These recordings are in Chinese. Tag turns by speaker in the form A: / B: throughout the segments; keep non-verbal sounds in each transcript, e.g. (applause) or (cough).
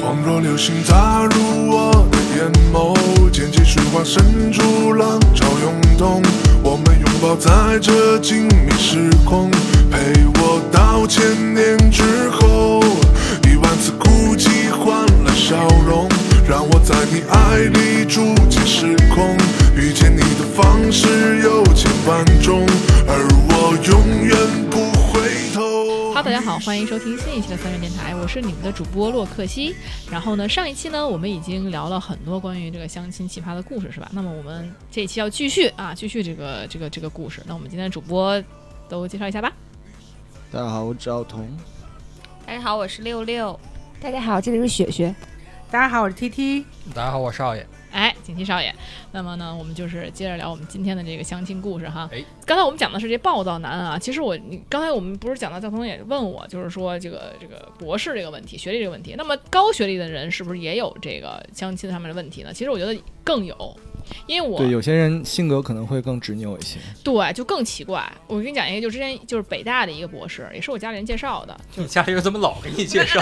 A: 恍若流星砸入我的眼眸，剑起时光深处浪潮涌动，我们拥抱在这静谧时空，陪我到千年之后，一万次哭泣换来笑容，让我在你爱里住进时空，遇见你的方式有千万种，而我永远不回头。
B: 哈，大家好，欢迎收听新一期的三人电台，我是你们的主播洛克西。然后呢，上一期呢，我们已经聊了很多关于这个相亲奇葩的故事，是吧？那么我们这一期要继续啊，继续这个这个这个故事。那我们今天的主播都介绍一下吧。
C: 大家好，我是赵彤。
D: 大家好，我是六六。
E: 大家好，这里是雪雪。
F: 大家好，我是 T T。
G: 大家好，我少 (laughs) 爷。
B: 哎，景熙少爷。那么呢，我们就是接着聊我们今天的这个相亲故事哈。
G: 哎
B: 刚才我们讲的是这暴躁男啊，其实我你刚才我们不是讲到赵彤也问我，就是说这个这个博士这个问题，学历这个问题。那么高学历的人是不是也有这个相亲上面的问题呢？其实我觉得更有，因为我
C: 对，有些人性格可能会更执拗一些。
B: 对啊就更奇怪。我跟你讲一个，就之前就是北大的一个博士，也是我家里人介绍的，
G: 你家里人怎么老给你介绍？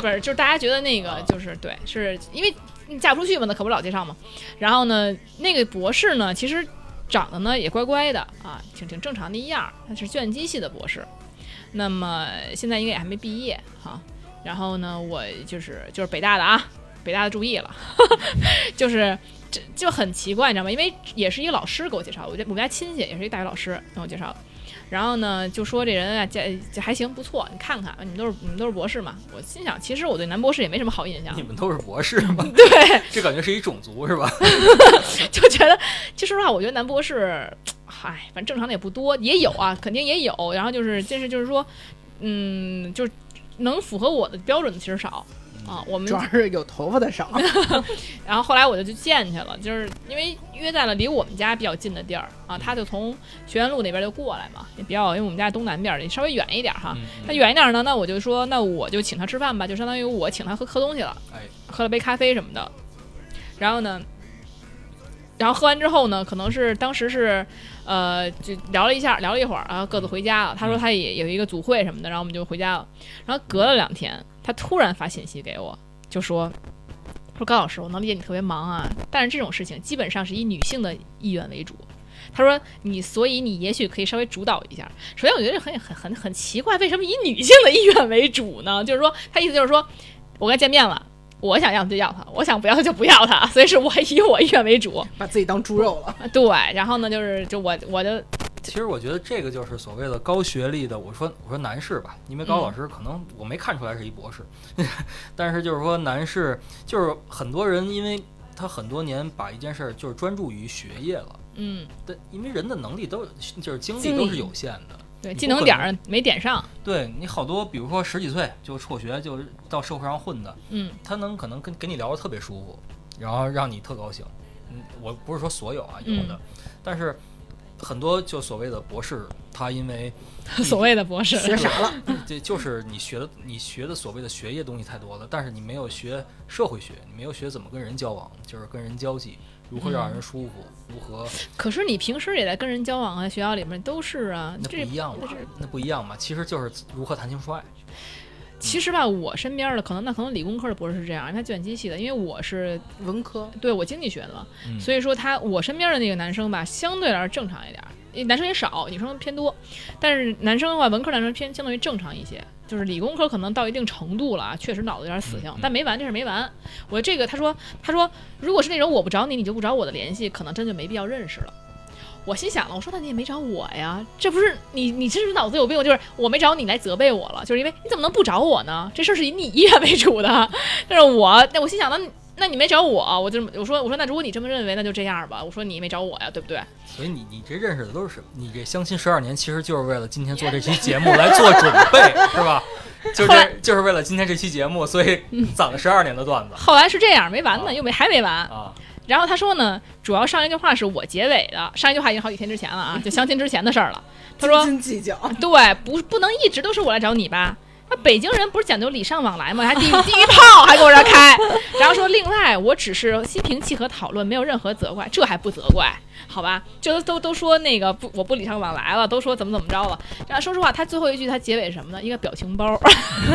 B: 不是，就是大家觉得那
C: 啊
B: 个就是对，是因为你嫁不出去嘛，那可不老介绍嘛。然后呢，那个博士呢，其实长得呢也乖乖的啊，挺挺正常的一样儿，他是计机系的博士。那么现在应该也还没毕业哈、然后呢，我就是就是北大的啊，北大的注意了， (laughs) 就是这就很奇怪，你知道吗？因为也是一个老师给我介绍的，我家我们家亲戚也是一大学老师跟我介绍的。然后呢，就说这人啊，家这还行，不错，你看看，你们都是你们都是博士嘛。我心想，其实我对男博士也没什么好印象
G: 你，们都是博士 (laughs) 吗？
B: 对，
G: 这感觉是一种族是吧？
B: (laughs) 就觉得，其实说实啊话，我觉得男博士，嗨，反正正常的也不多，也有啊，肯定也有。然后就是，但是就是说，嗯，就是能符合我的标准的其实少啊。我们
F: 主要是有头发的少，
B: 然后后来我就去见去了，就是因为约在了离我们家比较近的地儿啊，他就从学院路那边就过来嘛，也比较因为我们家东南边儿，也稍微远一点儿
G: 嗯
B: 哈。他远一点儿呢，那我就说，那我就请他吃饭吧，就相当于我请他喝喝东西了，
G: 哎
B: 喝了杯咖啡什么的。然后呢，然后喝完之后呢，可能是当时是，呃，就聊了一下，聊了一会儿，然后各自回家了。他说他也有一个组会什么的，然后我们就回家了。然后隔了两天，他突然发信息给我，就说。说高老师，我能理解你特别忙啊，但是这种事情基本上是以女性的意愿为主。他说你，所以你也许可以稍微主导一下。首先，我觉得这很很很很奇怪，为什么以女性的意愿为主呢？就是说，他意思就是说，我跟他见面了，我想要他就要他，我想不要他就不要他，所以是我以我意愿为
G: (laughs)
B: 主。
F: 把自己当猪肉了。
B: 对，然后呢，就是就我我就
G: 其实我觉得这个就是所谓的高学历的。我说我说男士吧，因为高老师可能我没看出来是一博士， (laughs) 但是就是说男士，就是很多人因为他很多年把一件事儿就是专注于学业了，
B: 嗯，
G: 但因为人的能力都就是精力
B: 精
G: 都
B: 力
G: 是有限的。
B: 对，
G: 你不
B: 技能
G: 可
B: 点
G: 能
B: 儿没点上，
G: 对你好多，比如说十几岁就辍学，就到社会上混的，
B: 嗯，
G: 他能可能跟给你聊得特别舒服，然后让你特高兴。嗯，我不是说所有啊，有的，
B: 嗯
G: 但是很多就所谓的博士，他因
B: (laughs)
G: 为
B: 所谓的博士，
G: 嗯
F: 学傻了，
G: 这 (laughs) 就是你学的你学的所谓的学业东西太多了，但是你没有学社会学，你没有学怎么跟人交往，就是跟人交际，如何让人舒服，如何
B: 可是你平时也在跟人交往啊，学校里面都是啊，
G: 那不
B: 这
G: 一样嘛
B: 这是，
G: 那不一样嘛，其实就是如何谈情说爱。
B: 其实吧，我身边的可能那可能理工科的博士是这样，因为他计算机系的，因为我是
F: 文科
B: 对我经济学的嘛，
G: 嗯
B: 所以说他我身边的那个男生吧，相对来说正常一点儿，因为男生也少，女生偏多，但是男生的话，文科男生偏相对于正常一些，就是理工科可能到一定程度了啊，确实脑子有点死性
G: 嗯嗯，
B: 但没完，这事儿没完。我这个他说他说，如果是那种我不找你，你就不找我的联系，可能真就没必要认识了。我心想了，我说那你也没找我呀，这不是你你这是脑子有病，就是我没找你来责备我了，就是因为你怎么能不找我呢？这事儿是以你意 (laughs) 愿为主的，但是我那我心想，那你那你没找我，我就我说我说那如果你这么认为，那就这样吧，我说你没找我呀，对不对？
G: 所以你你这认识的都是什么？你这相亲十二年，其实就是为了今天做这期节目来做准 (laughs) 备，是吧？就
B: 后来
G: 是就是为了今天这期节目，所以攒了十二年的 (laughs) 段子
B: 后来是这样，没完呢，
G: 啊
B: 又没还没完。
G: 啊。
B: 然后他说呢，主要上一句话是我结尾的，上一句话已经好几天之前了啊，就相亲之前的事儿了。他说
F: 斤斤计较，
B: (laughs) 对，不不能一直都是我来找你
F: (laughs)
B: 吧？那北京人不是讲究礼尚往来吗？还地狱地狱炮还给我这儿开，然后说另外我只是心平气和讨论，没有任何责怪，这还不责怪？好吧，就都都说那个不，我不礼尚往来了，都说怎么怎么着了。然后说实话，他最后一句他结尾什么呢？一个表情包， (laughs)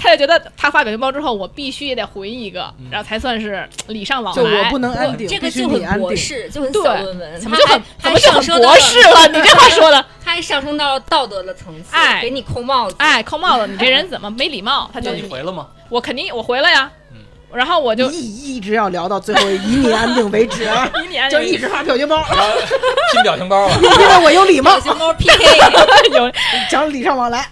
B: 他就觉得他发表情包之后，我必须也得回一个，然后才算是礼尚往
F: 就我
B: 来
F: 不。能安定，
D: 这
F: 必
D: 个
F: 须
D: 就
F: 你
D: 很
F: 安
D: 博
F: 定。
D: 士，就很
B: 对
D: 小论文，他
B: 怎么就很怎
D: 还
B: 么就
D: 上
B: 很
D: 升到
B: 博士了？你这话说的，
D: 他还上升到了道德的层次，
B: 哎
D: 给你扣帽子。
B: 哎，扣帽子，你这人怎么没礼貌？他就
G: 那你回了吗？
B: 我肯定我回了呀，然后我就
F: 一一直要聊到最后以你安定为止，
B: (laughs)
F: 啊
B: 一年
F: 就一直发表情包，
G: 然后呃拼表情包了。
F: 因为我有礼貌
E: (laughs)
D: 表，情包 PK，
B: 有
F: 讲礼尚往来。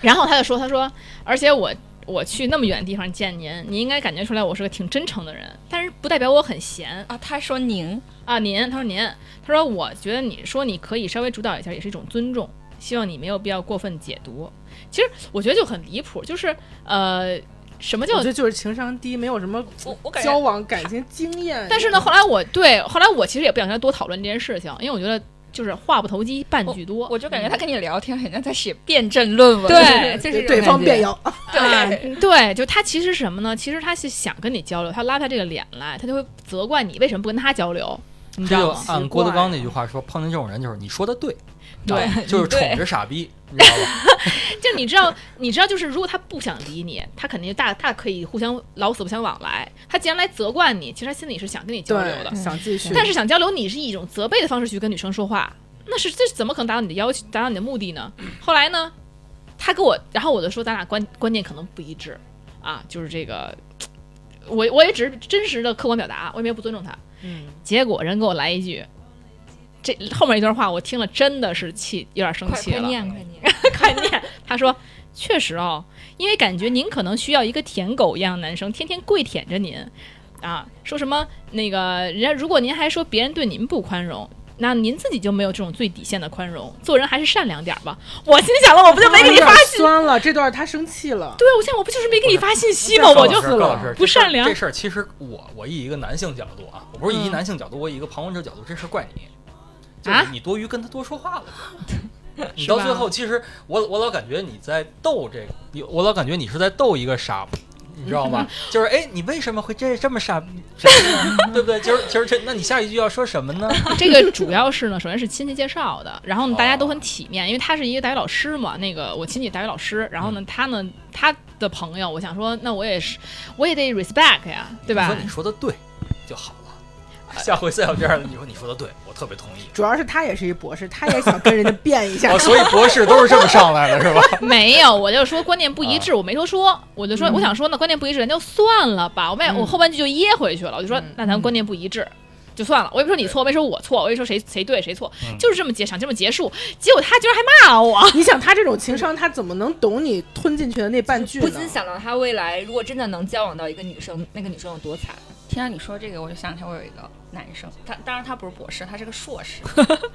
B: 然后他就说：“他说，而且我我去那么远的地方见您，您应该感觉出来我是个挺真诚的人，但是不代表我很闲
D: 啊，他说您
B: 啊。您，他说您，他说我觉得你说你可以稍微主导一下，也是一种尊重，希望你没有必要过分解读。其实我觉得就很离谱，就是呃，什么
F: 我
B: 叫
F: 觉得就是情商低，没有什么
D: 我我感觉
F: 交往感情经验。
B: 但是呢，后来我对后来我其实也不想跟他多讨论这件事情，因为我觉得就是话不投机半句多。
H: 我就感觉他跟你聊天，很像在写辩证论文。
B: 对
H: 就是这种
F: 对方
H: 感觉
F: 辩友，
B: 啊
H: 对，
B: (laughs) 对，就他其实是什么呢？其实他是想跟你交流，他拉不下这个脸来，他就会责怪你为什么不跟他交流，你知
G: (laughs) 这就
B: 道吗？
G: 按郭德纲那句话说，碰见这种人就是你说的啊对，
B: 对
G: 啊就是宠着傻逼，你知道吧？
B: 就你知道， (laughs) 你知道，就是如果他不想理你，他肯定就大大可以互相老死不相往来。他既然来责怪你，其实他心里是想跟你交流的
F: 对，，想继续，
B: 但是想交流，你是以一种责备的方式去跟女生说话，那是这怎么可能达到你的要求，达到你的目的呢？后来呢，他跟我，然后我就说咱俩观观念可能不一致啊，就是这个，我我也只是真实的客观表达，我也没有不尊重他。
F: 嗯，
B: 结果人给我来一句，这后面一段话我听了真的是气，有点生
H: 快
B: 气
H: 快
B: 了。
H: 念快念，
B: (laughs) 快念，他说。确实哦，因为感觉您可能需要一个舔狗一样的男生，天天跪舔着您，啊，说什么那个人家，如果您还说别人对您不宽容，那您自己就没有这种最底线的宽容，做人还是善良点儿吧。我心想了，我不就没给
F: 有
B: 你
F: 点
B: 发信？
G: 哎
F: 酸了，这段他生气了。
B: 对，啊我想我不就是没给你发信息吗？
F: 不是
B: 我
G: 哎高
B: 就
G: 老师高老师
B: 不善良
G: 这事儿其实我我以一个男性角度啊，我不是以一
B: 嗯
G: 男性角度，我以一个旁观者角度，这事儿怪你，就
B: 啊
G: 是你多余跟他多说话了。
B: (laughs)
G: 你
B: 是吧
G: 到最后，其实我我老感觉你在逗这个，你我老感觉你是在逗一个傻，你知道
B: (laughs)
G: 吗？就是哎，你为什么会这这么傻，傻呢对不对？今儿今儿这，那你下一句要说什么呢？
B: (laughs) 这个主要是呢，首先是亲戚介绍的，然后呢，
G: 哦
B: 大家都很体面，因为他是一个大学老师嘛，那个我亲戚大学老师，然
H: 嗯
B: 后呢，他呢他的朋友，我想说，那我也是，我也得 respect 呀，对
G: 你
B: 吧
G: 说？你说的对就好了。下回再有这样的，你说你说的对，我特别同意。
F: 主要是他也是一博士，他也想跟人家辩一
G: (laughs)
F: 下
G: 哦，。所以博士都是这么上来的，是吧？
H: (laughs)
B: 没有，我就说观念不一
H: 啊
B: 致，我没多说，我就说、
H: 嗯
B: 我想说呢，观念不一致，咱就算了吧。我没、我后半句就噎回去了，我就说、
H: 嗯
B: 那咱观念不一致。就算了，我也不说你错，我没说我错，我也说谁谁对谁错，(laughs)
G: 嗯
B: 就是这么结，想这么结束。结果他居然还骂我，
F: (laughs) 你想他这种情商，他怎么能懂你吞进去的那半句呢？
H: 不禁想到他未来如果真的能交往到一个女生，那个女生有多惨。听到你说这个，我就想起来我有一个男生，他当然他不是博士，他是个
B: (laughs)
H: 硕士。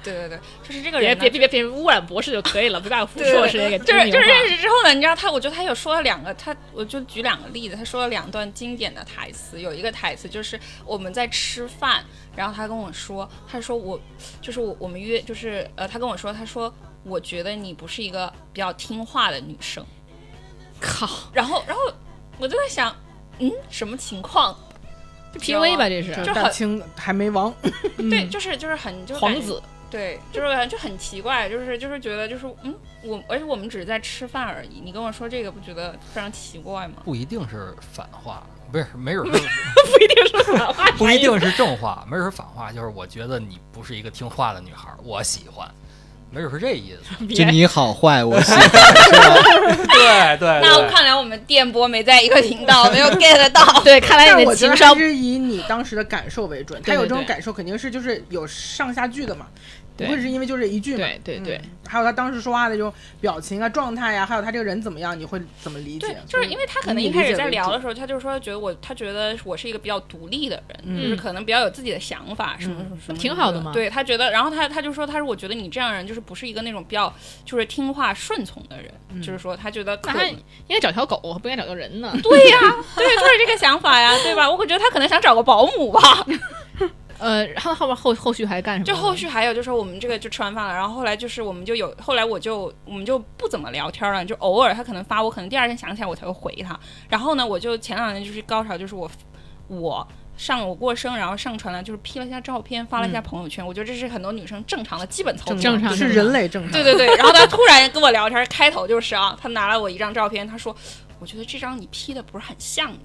H: 对对对，就是这个
B: 别
H: 人呢
B: 别别别别污染博士就可以了，别把
H: 对
B: 硕士也给
H: 就是就是认
B: 是
H: 识之后呢，你知道他，我觉得他有说了两个，他我就举两个例子，他说了两段经典的台词，有一个台词就是我们在吃饭，然后他跟我说，他说我就是我我们约就是呃，他跟我说，他说我觉得你不是一个比较听话的女生，
B: 靠，
H: 然后然后我就在想，嗯，什么情况？
B: 这 PUA 吧，这是
F: 这
H: 就
F: 大
H: 很
F: 清还没亡，
H: 对，就是就是很就是感
B: 皇
H: 觉
B: 嗯子，
H: 对，就是感觉就很奇怪，就是就是觉得就是嗯，我而且我们只是在吃饭而已，你跟我说这个不觉得非常奇怪吗？
G: 不一定是反话，不是，没 (laughs) 准儿是
B: 不一定是反话，
G: 不一定是正话，没准儿是反话。就是我觉得你不是一个听话的女孩儿，我喜欢，没准儿是这意思。
C: 就
B: 别
C: 你好坏，我
B: (laughs)
C: 喜
G: (laughs) 对对
H: 那我看来我们电波没在一个频道，没有 get 到。
B: 对，看来
F: 但
B: 哎你
F: 我
B: 的
F: 觉
B: 情
F: 得
B: 商
F: 还是以你当时的感受为准。他
B: 对
F: 有这种
B: 对
F: 感受，肯定是就是有上下句的嘛，不
B: 对
F: 会是因为就这一句嘛。
B: 对对对
F: 嗯，还有他当时说话的这种表情啊、状态呀、还有他这个人怎么样，你会怎么理
H: 对
F: 解，？
H: 就是因为他可能
F: 以
H: 一
F: 你
H: 开
F: 理
H: 始
F: 解
H: 在
F: 为
H: 聊
F: 主
H: 的时候，他就说觉得我，他觉得我是一个比较独立的人，
F: 嗯
H: 就是可能比较有自己的想法，什么什么什么，
B: 挺好的嘛
H: 对他觉得，然后他他就说，他说我觉得你这样人就是不是一个那种比较就是听话顺从的人，
F: 嗯
H: 就是说他觉得
B: 那
H: 可
B: 还应该找条狗，不应该找条人呢。
H: (laughs) 对呀、对，就是这个想法呀，对吧？我觉得他可能想找个保姆吧。
B: 呃，然后后面后后续还干什么？
H: 就后续还有就是我们这个就吃完饭了，然后后来就是我们就有后来我就我们就不怎么聊天了，就偶尔他可能发我，可能第二天想起来我才会回他。然后呢，我就前两天就是高潮，就是我我上我过生，然后上传了，就是 P 了一下照片，发了一下
F: 嗯
H: 朋友圈。我觉得这是很多女生正常的基本操作。
B: 正常
F: 是人类正常。
H: 对对对，然后他突然跟我聊天，开头就是啊，他拿了我一张照片，他说：“我觉得这张你 P 的不是很像你。”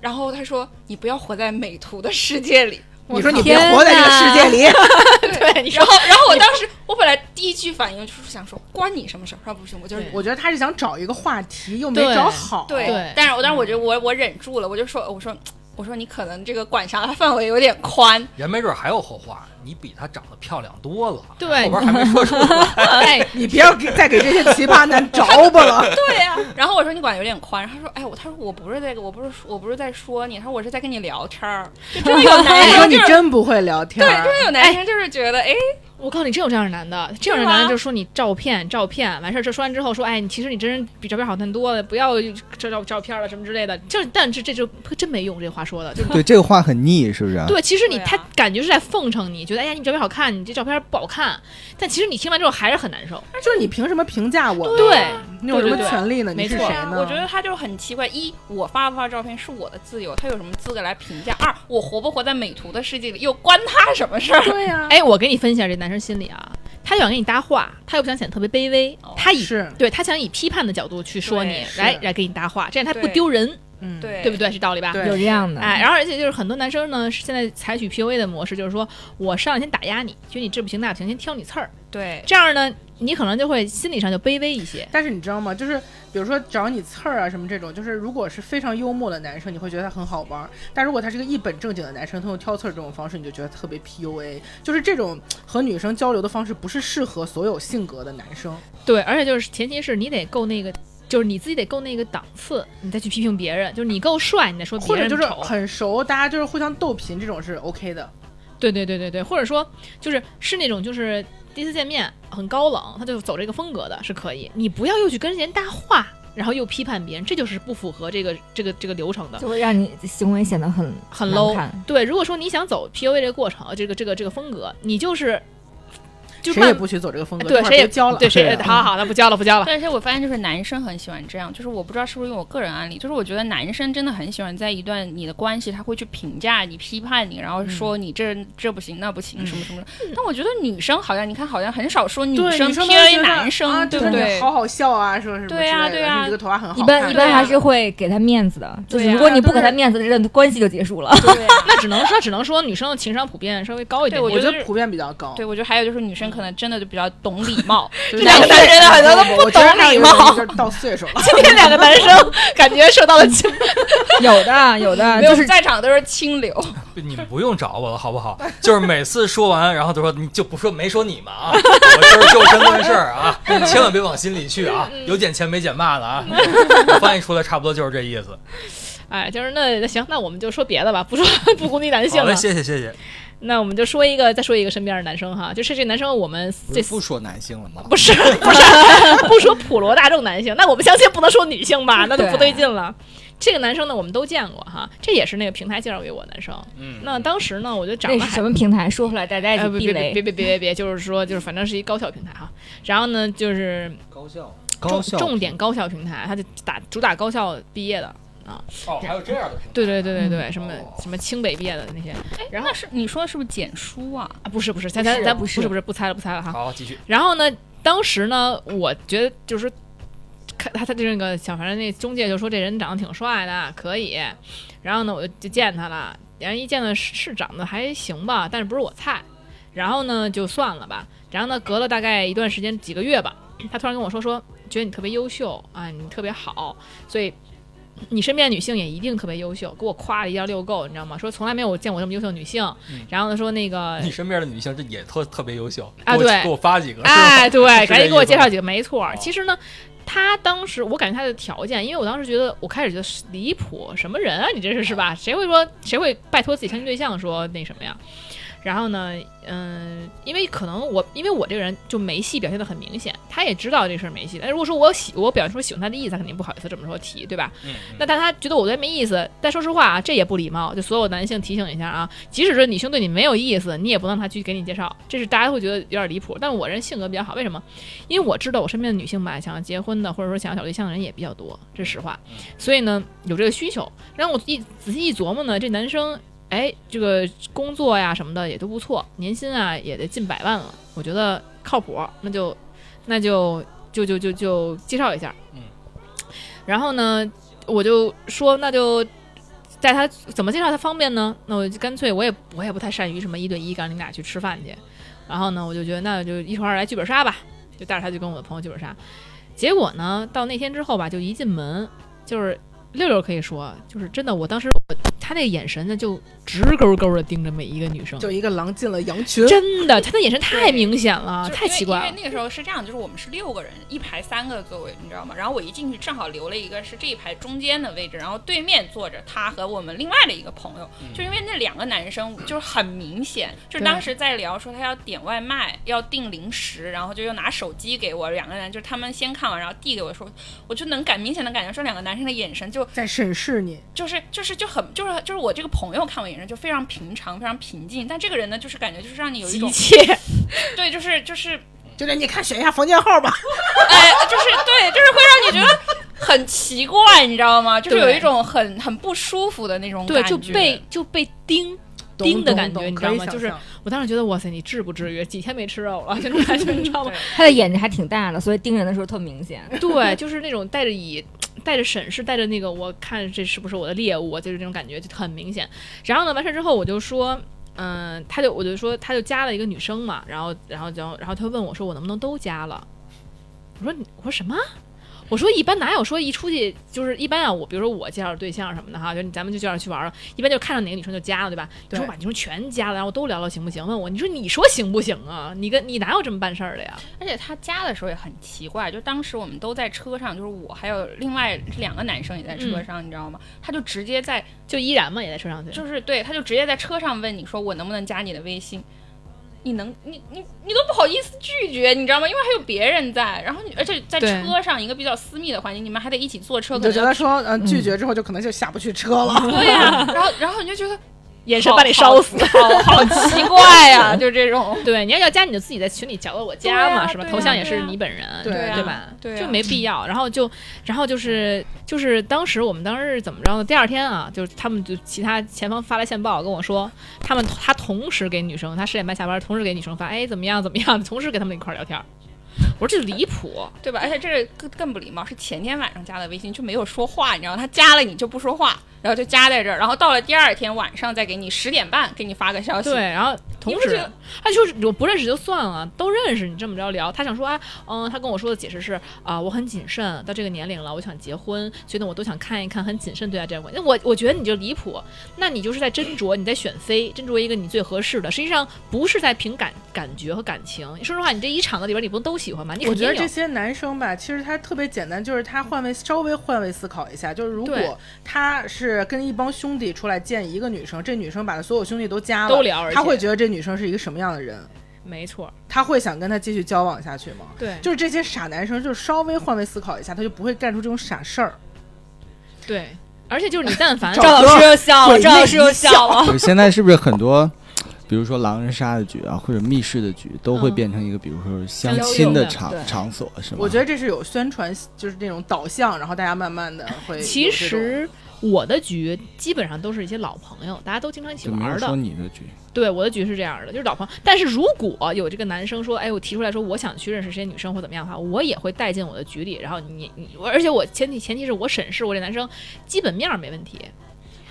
H: 然后他说：“你不要活在美图的世界里。”
F: 你说你别活在这个世界里，
B: 对，你说
H: 然后，然后我当时，我本来第一句反应就是想说，关你什么事儿？他说不行，我就是
B: 对
F: 我觉得他是想找一个话题，又没
B: 对
F: 找好。
H: 对
B: 对
H: 但是我当时我觉得我我忍住了，我就说我说我说你可能这个管辖的范围有点宽， (laughs)
G: 人没准还有后话，你比她长得漂亮多了，
B: 对
G: 后边还没说出来。
B: (laughs) 哎，
F: 你不要给再给这些奇葩男找吧
H: (laughs)
F: 了。
H: 对呀、然后我说你管得有点宽，他说哎我他说我不是在我不是我不是在说你，他说我是在跟你聊天儿，就真
F: (laughs)
H: 的有男
F: 你说
H: 生
F: 你
H: 哎就是
F: 真不会聊天
H: 对，
F: 儿，
H: 真的有男生就是觉得哎
B: 我告诉你，真有这样的男的，这样的
H: 是吗
B: 男的就说你照片照片，完事儿这说完之后说，哎，你其实你真人比照片好看多了，不要这照照片了什么之类的。这但是这就真没用，这话说的，就
C: 对，这个话很腻，是不是啊？
B: 对，其实你
H: 对啊
B: 他感觉是在奉承你，觉得哎呀你照片好看，你这照片不好看，但其实你听完之后还是很难受。
F: 就是你凭什么评价我？
B: 对，
F: 你有什么
B: 对对对
F: 权利呢？你是
B: 没错
F: 谁
H: 对啊
F: 呢？
H: 我觉得他就很奇怪，一我发不发照片是我的自由，他有什么资格来评价？二我活不活在美图的世界里又关他什么事儿？
F: 对呀，
B: 哎，我给你分析一下这男生心理啊，他就想跟你搭话，他又不想显得特别卑微，
H: 哦
B: 他以
F: 是，
B: 对他想以批判的角度去说
H: 对
B: 你，
F: 是
B: 来来给你搭话，这样他不
H: 对
B: 丢人，
F: 嗯，
H: 对
B: 对不？对？是道理吧？
F: 对
E: 有这样的，
B: 哎，，然后而且就是很多男生呢，是现在采取 PUA 的模式，就是说我上来先打压你，觉得你这不行那不行，先挑你刺儿，
H: 对
B: 这样呢，你可能就会心理上就卑微一些。
F: 但是你知道吗？就是比如说找你刺儿啊什么这种，就是如果是非常幽默的男生，你会觉得他很好玩儿；但如果他是个一本正经的男生，他用挑刺儿这种方式，你就觉得特别 PUA。就是这种和女生交流的方式，不是适合所有性格的男生。
B: 对，而且就是前提是你得够那个，就是你自己得够那个档次，你再去批评别人，就是你够帅，你再说别
F: 或者
B: 人
F: 就是
B: 丑。
F: 很熟，大家就是互相斗贫这种是 OK 的。
B: 对对对对对，或者说就是是那种就是第一次见面很高冷，他就走这个风格的是可以，你不要又去跟人搭话。然后又批判别人，这就是不符合这个这个这个流程的，
E: 就会让你行为显得很
B: 很
E: 难
B: low
E: 看。
B: 对，如果说你想走 PUA 这个过程，呃这个这个这个风格，你就是就
F: 谁也
B: 慢
F: 不许走这个风格，
B: 对
F: 这块儿
B: 谁也
F: 别教了。啊
B: 对谁也
C: 对
B: 好好，那不教了不教了。
H: 对，而且我发现就是男生很喜欢这样，就是我不知道是不是因为我个人案例，就是我觉得男生真的很喜欢在一段你的关系，他会去评价你、批判你，然后说你这、这不行、那不行什么什么的。但我觉得女生好像，你看好像很少说女
F: 对
H: 生
F: 女生都会觉
H: PUA
F: 得
H: 男生，
F: 啊，
H: 对
F: 就
H: 不
F: 是你
H: 对？
F: 好好笑啊，说什么
H: 对
F: 呀
H: 啊
F: 呀
H: 对啊
F: 你这个头发很
E: 一
F: 好看
E: 般
F: 啊。
E: 一般
H: 对啊
E: 还是会给他面子的，就
H: 对
E: 是
H: 呀
E: 如果你不
F: 对
E: 给他面子，这段关系就结束了。
H: (laughs) 对啊、
B: (laughs) 那只能说，只能说女生的情商普遍稍微高一点
H: 对我
B: 点。
F: 我觉
H: 就
F: 得
H: 是
F: 普遍比较高。
H: 对，我觉得还有就是女生可能真的就比较懂礼 (laughs) 貌，
F: 对，
B: 这
F: 但
B: 两个男
F: 是
B: 人好像都
F: 我我觉得还有一种就是到岁数了。
B: (laughs) 今天两个男
H: (laughs)
B: 生感觉受到了侵
E: (laughs) 有的有的，
H: 没有
E: 就
H: 我
E: 是
H: 们在场都啊是清流，
G: 你们不用找我了，好不好？就是每次说完，然后都说你就不说没说你们啊，我就是就事论事儿啊，千万别往心里去啊，有捡钱没捡骂的啊。我翻译出来差不多就是这意思。
B: 哎，就是那行，那我们就说别的吧，不说 (laughs) 不攻击男性
G: 好嘞，
B: 了。
G: 谢谢谢谢。
B: 那我们就说一个，再说一个身边的男生哈，就是这男生我们这
C: 不说男性了吗？
B: 不 (laughs) 是不是不说普罗大众男性，那我们相信不能说女性吧，那就不对劲了。这个男生呢，我们都见过哈，这也是那个平台介绍给我的男生。
G: 嗯，
B: 那当时呢，我就长
E: 那
B: 得
E: 是
B: 还
E: 什么平台？说出来大家一
B: 哎，
E: 起
B: 不
E: 避
B: 别
E: 雷
B: 别别。别别别别，就是说就是反正是一高校平台哈。然后呢，就是
G: 高校
B: 重
C: 高校
B: 重点高校平台，他就打主打高校毕业的。
G: 哦，还有这样的平台
B: 对对对对对，什么什么清北毕业的那些然后
H: 哎那是你说的是不是简书啊？
B: 啊，不是不是，咱
E: 不
B: 咱
E: 是
B: 咱
E: 不
B: 是
E: 是
B: 不是不猜了不猜了哈。
G: 好，继续。
B: 然后呢，当时呢，我觉得就是看他他这个小，反正那中介就说这人长得挺帅的，可以。然后呢，我就就见他了，然后一见呢是是长得还行吧，但是不是我菜。然后呢，就算了吧。然后呢，隔了大概一段时间，几个月吧，他突然跟我说说，觉得你特别优秀啊，你特别好，所以你身边的女性也一定特别优秀，给我夸了一下遛够，你知道吗？说从来没有见过这么优秀的女性。
G: 嗯
B: 然后呢，说那个
G: 你身边的女性这也特特别优秀
B: 啊
G: 给我
B: 对
G: 给我发几个。是吧
B: 哎，对，
G: (laughs) 是这
B: 赶紧给我
G: 意思
B: 介
G: 吗
B: 绍几个，没错儿。
G: 哦
B: 其实呢，他当时我感觉他的条件，因为我当时觉得，我开始觉得是离谱，什么人啊，你这是是吧？谁会说谁会拜托自己相亲对象说那什么呀？然后呢，嗯、因为可能我因为我这个人就没戏表现的很明显，他也知道这事儿没戏。但如果说我喜我表现出喜欢他的意思，他肯定不好意思这么说提，对吧？
G: 嗯，嗯
B: 那但他觉得我对他没意思，但说实话啊，这也不礼貌。就所有男性提醒一下啊，即使是女性对你没有意思，你也不能让他去给你介绍，这是大家会觉得有点离谱。但我人性格比较好，为什么？因为我知道我身边的女性吧，想要结婚的或者说想要找对象的人也比较多，这是实话
G: 嗯。
B: 所以呢，有这个需求。然后我一仔细一琢磨呢，这男生。哎，这个工作呀什么的也都不错，年薪啊也得近百万了，我觉得靠谱，那就那就就就就就介绍一下。
G: 嗯，
B: 然后呢，我就说那就带他怎么介绍他方便呢？那我就干脆我也我也不太善于什么一对一，赶你俩去吃饭去。然后呢，我就觉得那就一会儿来剧本杀吧，就带着他去跟我的朋友剧本杀。结果呢，到那天之后吧，就一进门就是。六六可以说，就是真的，我当时我他那个眼神呢，就直勾勾的盯着每一个女生，
F: 就一个狼进了羊群，
B: 真的，他的眼神太明显了，啊
H: 就是
B: 太
H: 因为
B: 奇怪
H: 因
B: 了
H: 为。那个时候是这样，就是我们是六个人，一排三个座位，你知道吗？然后我一进去，正好留了一个是这一排中间的位置，然后对面坐着他和我们另外的一个朋友。就因为那两个男生就是很明显，就是当时在聊说他要点外卖，要订零食，然后就又拿手机给我，两个人就是他们先看完，然后递给我说，我就能感明显的感觉说两个男生的眼神就
F: 在审视你，
H: 就是就是就很就是就是我这个朋友看我眼神就非常平常非常平静，但这个人呢就是感觉就是让你有一
B: 急
H: 种
B: 切，
H: 对就是就是
F: 就是你看选一下房间号吧，
H: (laughs) 哎，就是对，就是会让你觉得很奇怪，你知道吗？就是有
B: 对
H: 一种很很不舒服的那种
B: 对，
H: 感
B: 就
H: 觉。
B: 被就被盯 (laughs)
F: 懂
B: 盯的
F: 懂
B: 感觉，
F: 懂
B: 你知
F: 可
B: 道
F: 以
B: 吗？
F: 想
B: 就是
F: 象
B: 我当时觉得，哇塞，你至不至于几天没吃肉了，就那种感觉，你知道吗？
E: 他的眼睛还挺大的，所以盯人的时候特明显。
H: (laughs)
B: 对，就是那种带着以带着审视，带着那个我看这是不是我的猎物，就是这种感觉就很明显。然后呢，完事儿之后我就说，嗯、他就我就说他就加了一个女生嘛，然后然后然后然后他问我说我能不能都加了？我说你我说什么？我说一般哪有说一出去就是一般啊，我比如说我介绍对象什么的哈，就是咱们就介绍去玩了，一般就看上哪个女生就加了，对吧？你说
F: 对
B: 把女生全加了，然后都聊聊行不行？问我你说你说行不行啊？你跟你哪有这么办事儿的呀？
H: 而且他加的时候也很奇怪，就当时我们都在车上，就是我还有另外两个男生也在车上，你知道吗？他就直接在
B: 就依然嘛也在车上去，
H: 就是嗯对，他就直接在车上问你说我能不能加你的微信。你能，你你你都不好意思拒绝，你知道吗？因为还有别人在，然后你而且在
B: 对
H: 车上一个比较私密的环境，你们还得一起坐车，
F: 你
H: 可
F: 就
H: 能
F: 觉得说，嗯，拒绝之后就可能就下不去车
B: 嗯
F: (laughs) 了，
H: 对呀、 (laughs) 然后然后你就觉得
B: 眼神把你烧死。
H: 好好
B: (laughs)
H: 好奇怪呀、就这种。 (laughs)
B: 对，你要要加你就自己在群里找到我加
H: 对
B: 嘛，
H: 啊
B: 是吧？
H: 对啊
B: 头像也
H: 对
B: 是
H: 啊
B: 你本人，
F: 对啊
B: 吧？
H: 对啊
B: 就没必要。然后就，然后就是就是当时我们当时是怎么着呢？第二天啊，就是他们就其他前方发来线报跟我说，他们他同时给女生，他十点半下班，同时给女生发，哎怎么样怎么样，同时跟他们一块儿聊天儿。我说这离
H: (laughs)
B: 谱，
H: 对吧？而且这更更不礼貌，是前天晚上加的微信就没有说话，你知道吗他加了你就不说话，然后就加在这儿，然后到了第二天晚上再给你十点半给你发个消息，
B: 对，然后同
H: 不
B: 时
H: 觉得，
B: 他就是我不认识就算了，都认识你这么着聊，他想说啊，嗯，他跟我说的解释是啊、我很谨慎，到这个年龄了，我想结婚，所以呢，我都想看一看，很谨慎对待这段关系。那我我觉得你就离谱，那你就是在斟酌，你在选妃，斟酌一个你最合适的，实际上不是在凭感感觉和感情。说实话，你这一场子里边，你不能都喜欢吧？你
F: 我
B: 肯
F: 觉
B: 定
F: 得
B: 有
F: 这。些男生吧，其实他特别简单，就是他换位稍微换位思考一下，就是如
B: 对
F: 果他是跟一帮兄弟出来见一个女生，这女生把所有兄弟都加了，
B: 都聊而且
F: 他会觉得这女生是一个什么样的人？
B: 没错，
F: 他会想跟她继续交往下去吗？
B: 对
F: 就是这些傻男生，就稍微换位思考一下，他就不会干出这种傻事儿。
B: 对，而且就是你但凡
F: 赵老师
E: 又笑
F: 了赵老师又
E: 笑
C: (laughs)
E: 了。
C: 对，现在是不是很多，比如说狼人杀的局啊，或者密室的局，都会
B: 嗯
C: 变成一个，比如说相
B: 交
C: 亲
B: 友
C: 的
B: 的
C: 场
E: 对
C: 场所，是吗？
F: 我觉得这是有宣传，就是那种导向，然后大家慢慢的会有这种。
B: 其实我的局基本上都是一些老朋友，大家都经常一起
C: 就没
B: 玩
C: 有
B: 的。
C: 说你的局，
B: 对，我的局是这样的，就是老朋友。但是如果有这个男生说，哎，我提出来说我想去认识这些女生或怎么样的话，我也会带进我的局里。然后你你，我而且我前提前提是我审视我这男生基本面儿没问题。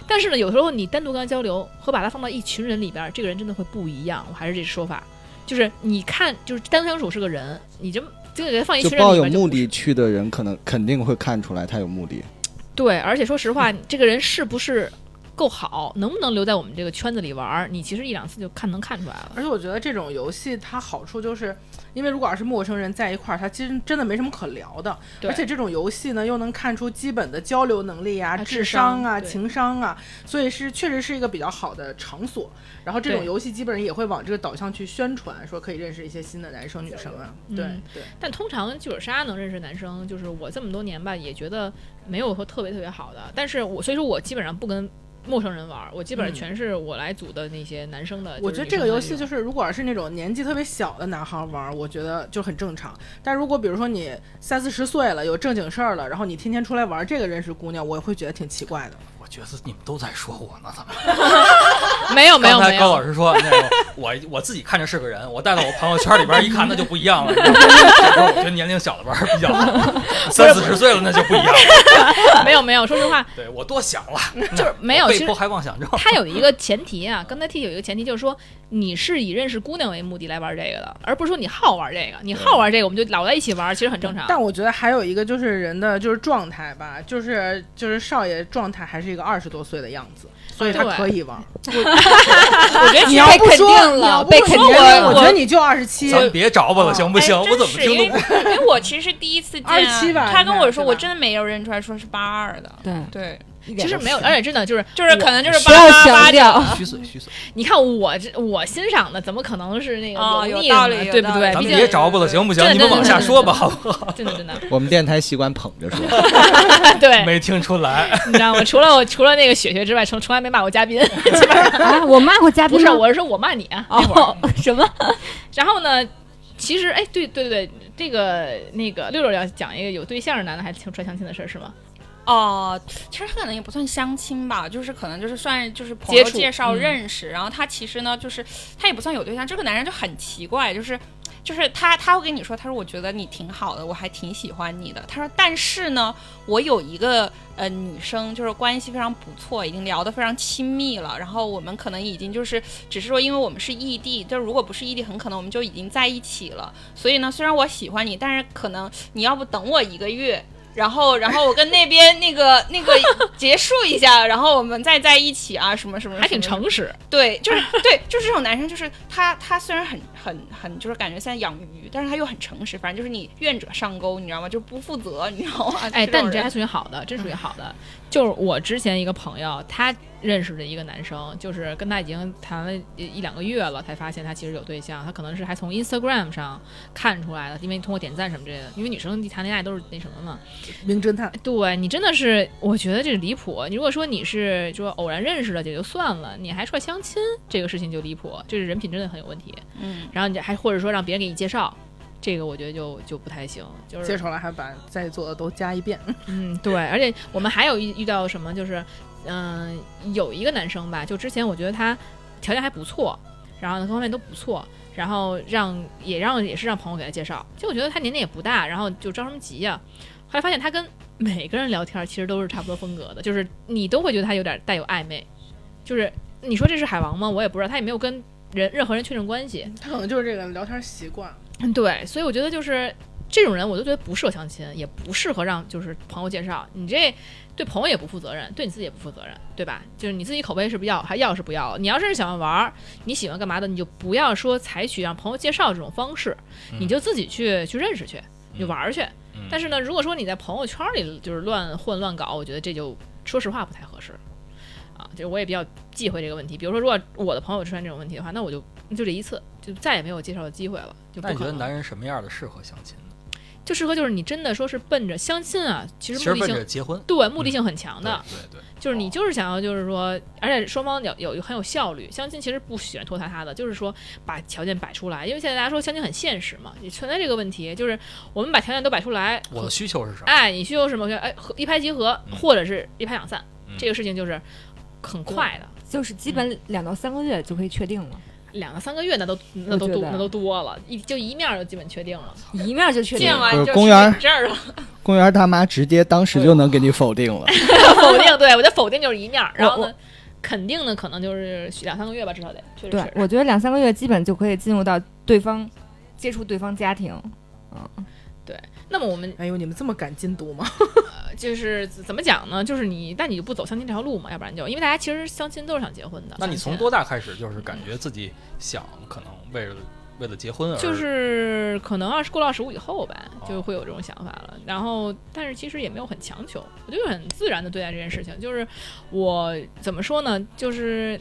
B: 但是呢，有时候你单独跟他交流和把他放到一群人里边儿，这个人真的会不一样。我还是这说法，就是你看，就是单相处是个人，你这就给他放一
C: 就
B: 群人
C: 抱
B: 里
C: 有
B: 边儿就
C: 目
B: 不是
C: 的去
B: (laughs)
C: 的人，可能肯定会看出来他有目的。
B: 对，而且说实话，这个人是不是够好，能不能留在我们这个圈子里玩儿，你其实一两次就看能看出来了。
F: 而且我觉得这种游戏它好处就是，因为如果要是陌生人在一块儿，他其实真的没什么可聊的。
B: 对
F: 而且这种游戏呢，又能看出基本的交流能力呀、
B: 啊
F: 智
B: 智商
F: 商啊、
B: 对
F: 情商啊，所以是确实是一个比较好的场所。然后这种
B: 对
F: 游戏基本上也会往这个导向去宣传，说可以认识一些新的男生女生啊。对
B: 嗯
F: 对，
B: 但通常剧本杀能认识男生，就是我这么多年吧，也觉得没有说特别特别好的。但是我所以说我基本上不跟陌生人玩儿，我基本上
F: 嗯
B: 全是我来组的那些男生的。
F: 我
B: 就
F: 觉
B: 是
F: 得
B: 女
F: 这个
B: 生的
F: 游
B: 那
F: 戏
B: 种
F: 就是，如果要是那种年纪特别小的男孩玩儿，我觉得就很正常。但如果比如说你三四十岁了，有正经事儿了，然后你天天出来玩儿这个认识姑娘，我会觉得挺奇怪的。
G: 我觉得你们都在说我呢，怎么？
B: 没有哦没有
G: 刚
B: 没
G: 才高老
B: 有，
G: 师说，那个我 (laughs) 我自己看着是个人，我带到我朋友圈里边一看，那就不一样了。你知道吗这时候我觉得年龄小的玩儿比
B: (laughs)
G: 较好，三四十岁了那就不一样了。
B: 没有没有。说实话，
G: 对我多想了，
B: 就是 (laughs) 没有。其
G: 被
B: 实
G: 迫害妄想症。
B: 它有一个前提啊，刚才 T 有一个前提就是说，你是以认识姑娘为目的来玩这个的，而不是说你好玩这个。你好玩这个，我们就老在一起玩，其实很正常。
F: 但我觉得还有一个就是人的就是状态吧，就是就是少爷状态还是一个二十多岁的样子，所以他
B: 对
F: 可以玩儿。
B: 我觉得
F: 哎你要不
E: 被肯
F: 说
E: 定
F: 你要
E: 了，
F: 不
E: 被
F: 说
E: 肯
B: 我
E: 定了
F: 我。觉得你就二十七，
G: 咱别找
B: 哦
G: 我了，行不行？
H: 哎
G: 我怎么
H: 真是
G: 听
H: 因
G: 都
H: 为因为我其实第
B: (laughs)
H: 一次见啊
F: 27吧
H: 他跟我说，
F: 应该
H: 我真的没有认出来说是八二的。
E: 对，
H: 对，
B: 其实没有，而且真的就是
H: 就是可能就是
E: 不
H: 八
E: 要
H: 八八
E: 强
H: 这
E: 调，
G: 虚岁虚岁，
B: 你看我这我欣赏的，怎么可能是那个
H: 哦
B: 油
H: 有
B: 腻
H: 道
B: 的呢
H: 理有
B: 对不
H: 道理
B: 对？
H: 咱
G: 咱
B: 毕
G: 们
B: 竟
G: 别找我了，行不行？
B: 对
G: 你们
B: 对
G: 往
B: 对
G: 下
B: 对
G: 说
B: 对
G: 吧，好不好？
B: 真的真的
C: 我们电台习惯捧
B: (laughs)
C: 着说，
B: 对，
G: 没听出来，
B: 你知道吗？除了我除了那个雪雪之外，从从来没骂过嘉 (laughs) 宾。
E: 啊，我骂过嘉
B: 不
E: 宾
B: 是，
E: 吗，
B: 我是说我骂你啊。那会儿
E: 哦， (laughs) 什么？
B: 然后呢，其实哎，对对对，这个那个六六要讲一个有对象的男的还挺传相亲的事儿是吗？
H: 哦，其实他可能也不算相亲吧，就是可能就是算就是朋友
B: 接触
H: 介绍
B: 嗯
H: 认识，然后他其实呢就是他也不算有对象，这个男人就很奇怪，就是就是他他会跟你说，他说我觉得你挺好的，我还挺喜欢你的，他说但是呢，我有一个呃女生就是关系非常不错，已经聊得非常亲密了，然后我们可能已经就是只是说因为我们是异地，就如果不是异地，很可能我们就已经在一起了，所以呢，虽然我喜欢你，但是可能你要不等我一个月。然后，然后我跟那边那个
B: (laughs)
H: 那个结束一下，然后我们再在一起啊，什么什么，
B: 还挺
H: 什么。
B: 诚实，
H: 对，就是对，就是这种男生，就是他他虽然很很很，就是感觉像养鱼，但是他又很诚实，反正就是你愿者上钩，你知道吗？就不负责，你知道吗？
B: 哎，但你这
H: 这种
B: 还
H: 人
B: 属于好的，真属于好的。就是我之前一个朋友，他认识的一个男生，就是跟他已经谈了一一两个月了，才发现他其实有对象。他可能是还从 Instagram 上看出来的，因为通过点赞什么之类的。因为女生谈恋爱都是那什么嘛，
F: 名侦探。
B: 对你真的是，我觉得这离谱。你如果说你是说偶然认识的也就算了，你还说相亲这个事情就离谱，这是人品真的很有问题。
C: 呃
H: 嗯，
B: 然后你还或者说让别人给你介绍，这个我觉得就就不太行。就是
F: 介绍了还把在座的都加一遍， (laughs)
B: 嗯，对，而且我们还有遇遇到什么，就是，嗯、有一个男生吧，就之前我觉得他条件还不错，然后呢各方面都不错，然后让也让也是让朋友给他介绍，就我觉得他年龄也不大，然后就着什么急呀、后来发现他跟每个人聊天其实都是差不多风格的，就是你都会觉得他有点带有暧昧，就是你说这是海王吗？我也不知道，他也没有跟人任何人确认关系，
F: 他可能就是这个聊天习惯。
B: 嗯，对，所以我觉得就是这种人，我就觉得不适合相亲，也不适合让就是朋友介绍。你这对朋友也不负责任，对你自己也不负责任，对吧？就是你自己口碑是不要，还要是不要。你要是想要玩儿，你喜欢干嘛的，你就不要说采取让朋友介绍这种方式，你就自己去去认识去，你就玩儿去。
G: 嗯
B: (laughs) 但是呢，如果说你在朋友圈里就是乱混乱搞，我觉得这就说实话不太合适。啊，就是我也比较忌讳这个问题。比如说，如果我的朋友出现这种问题的话，那我就就这一次，就再也没有介绍的机会了。就不
G: 那你
B: 可
G: 觉得
B: 能
G: 男人什么样的适合相亲呢？
B: 就适合就是你真的说是奔着相亲啊，其
G: 其
B: 实
G: 实
B: 目的
G: 奔
B: 性
G: 着结婚。
B: 对目的性很强的，
G: 对对对，
B: 就是你就是想要就是说，而且双方有有有很有效率。相亲其实不喜欢拖沓沓的，就是说把条件摆出来，因为现在大家说相亲很现实嘛，也存在这个问题，就是我们把条件都摆出来，
G: 我的需求是什么？
B: 哎，你需求什么？哎，合一拍即合，
G: 嗯
B: 或者是一拍两散，
G: 嗯
B: 这个事情就是很快的。
E: 就是基本两到三个月就可以确定了，
B: 两到三个月那都那都
E: 我觉
B: 多
E: 得
B: 那都多了，一就一面儿就基本确定了。
E: 一面就确定
H: 见
E: 了。
H: 完
C: 不是
H: 就
C: 公园儿
H: 这儿了，
C: 公园大妈直接当时就
B: 哎
C: 能给你否定了。
B: (laughs) 否定，对我觉得否定就是一面儿，然后
E: 我
B: 呢，肯定呢可能就是两三个月吧，至少得确实
E: 对，
B: 是。
E: 我觉得两三个月基本就可以进入到对方接触对方家庭。
B: 那么我们
F: 哎呦，你们这么赶进度吗？
B: 就是怎么讲呢？就是你，但你就不走相亲这条路嘛，要不然就因为大家其实相亲都是想结婚的。
G: 那你
B: 相
G: 从
B: 亲
G: 多大开始就是感觉自己想可能为了为了结婚而
B: 就是可能二十过到十五以后吧，就
G: 哦
B: 会有这种想法了。然后，但是其实也没有很强求，我就很自然的对待这件事情。就是我怎么说呢？就是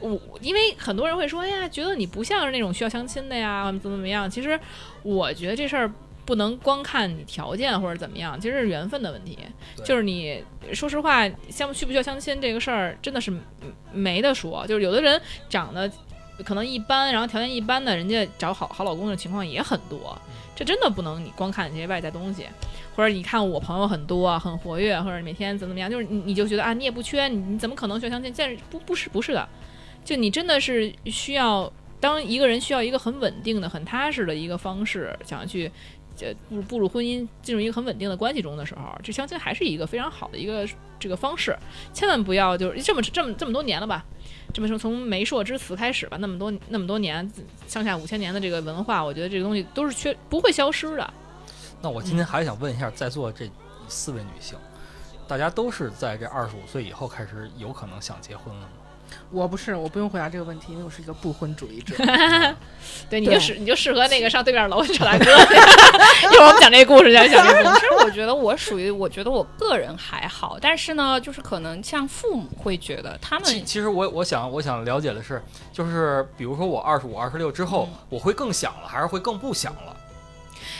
B: 我，因为很多人会说，哎呀，觉得你不像是那种需要相亲的呀，怎么怎么样。其实我觉得这事儿。不能光看你条件或者怎么样，其实是缘分的问题。
G: 对
B: 就是你说实话，相不需不需要相亲这个事儿，真的是没得说。就是有的人长得可能一般，然后条件一般的，人家找好好老公的情况也很多。这真的不能你光看这些外在东西，或者你看我朋友很多啊，很活跃，或者每天怎么怎么样，就是你你就觉得啊，你也不缺，你你怎么可能需要相亲？但是不不是不是的，就你真的是需要，当一个人需要一个很稳定的、很踏实的一个方式，想要去。呃，步入步入婚姻，进入一个很稳定的关系中的时候，这相亲还是一个非常好的一个这个方式，千万不要就是这么这么这么多年了吧，这么说，从媒妁之词开始吧，那么多那么多年，上下五千年的这个文化，我觉得这个东西都是缺不会消失的。
G: 那我
B: 嗯
G: 今天还想问一下在座这四位女性，大家都是在这二十五岁以后开始有可能想结婚了
B: (laughs)
G: 吗？
F: 我不是，我不用回答这个问题，因为我是一个不婚主义者。
G: 嗯
B: 对，你
F: 对
B: 就适你就适合那个上对面楼去找大哥去。一会儿我们讲这个故事，讲讲这个故事。
H: (laughs) 其实我觉得我属于，我觉得我个人还好，但是呢，就是可能像父母会觉得他们
G: 其其实我我想我想了解的是，就是比如说我二十五、二十六之后，
B: 嗯
G: 我会更想了，还是会更不想了？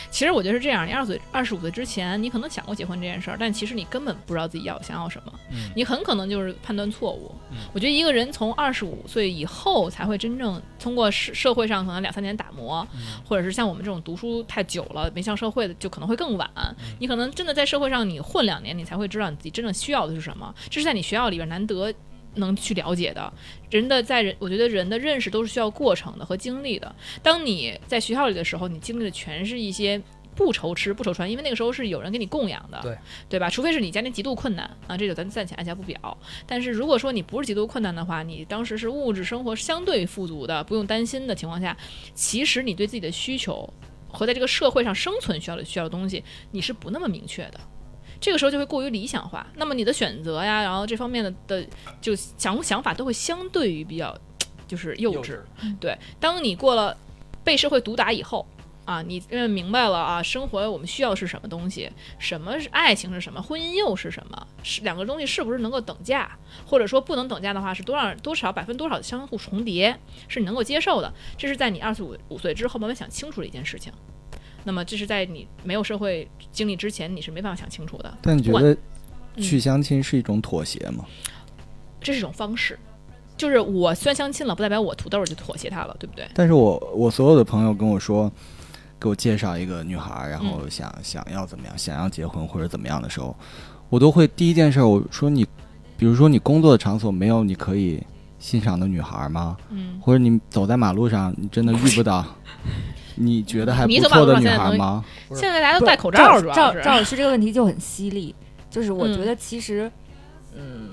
B: 其实我觉得是这样，你二十岁、二十五岁之前，你可能想过结婚这件事儿，但其实你根本不知道自己要想要什么，
G: 嗯，
B: 你很可能就是判断错误。
G: 嗯
B: 我觉得一个人从二十五岁以后才会真正通过社社会上可能两三年打磨，
G: 嗯
B: 或者是像我们这种读书太久了没上社会的，就可能会更晚
G: 嗯。
B: 你可能真的在社会上你混两年，你才会知道你自己真正需要的是什么。这是在你学校里边难得能去了解的。人的在人，我觉得人的认识都是需要过程的和经历的。当你在学校里的时候，你经历的全是一些。不愁吃不愁穿，因为那个时候是有人给你供养的，
G: 对
B: 对吧？除非是你家庭极度困难啊，这就咱暂且按下不表。但是如果说你不是极度困难的话，你当时是物质生活相对富足的，不用担心的情况下，其实你对自己的需求和在这个社会上生存需要的需要的东西，你是不那么明确的。这个时候就会过于理想化，那么你的选择呀，然后这方面的的就想想法都会相对于比较就是幼
G: 幼
B: 稚。对，当你过了被社会毒打以后。啊，你认明白了啊，生活我们需要的是什么东西，什么是爱情是什么，婚姻又是什么，是两个东西是不是能够等价，或者说不能等价的话，是多少多少百分多少的相互重叠，是你能够接受的。这是在你二十五五岁之后慢慢想清楚的一件事情。那么这是在你没有社会经历之前，你是没办法想清楚的。
C: 但你觉
B: 不
C: 得
B: 嗯
C: 去相亲是一种妥协吗？
B: 这是一种方式，就是我虽然相亲了，不代表我土豆就妥协他了，对不对？
C: 但是我我所有的朋友跟我说，给我介绍一个女孩，
B: 嗯
C: 然后想、想要怎么样，想要结婚或者怎么样的时候，我都会第一件事儿我说你，比如说你工作的场所没有你可以欣赏的女孩吗？
B: 嗯，
C: 或者你走在马路上，你真的遇
B: (laughs)
C: 不到你觉得还不
B: 你走马
C: 错
B: 路上
C: 的女
B: 现在
C: 孩
B: 能
C: 吗？
G: 不是
B: 现在大家都
E: 不
B: 戴口罩，主
E: 赵
B: 要是
E: 赵老师这个问题就很犀利，就是我
B: 嗯
E: 觉得其实，嗯，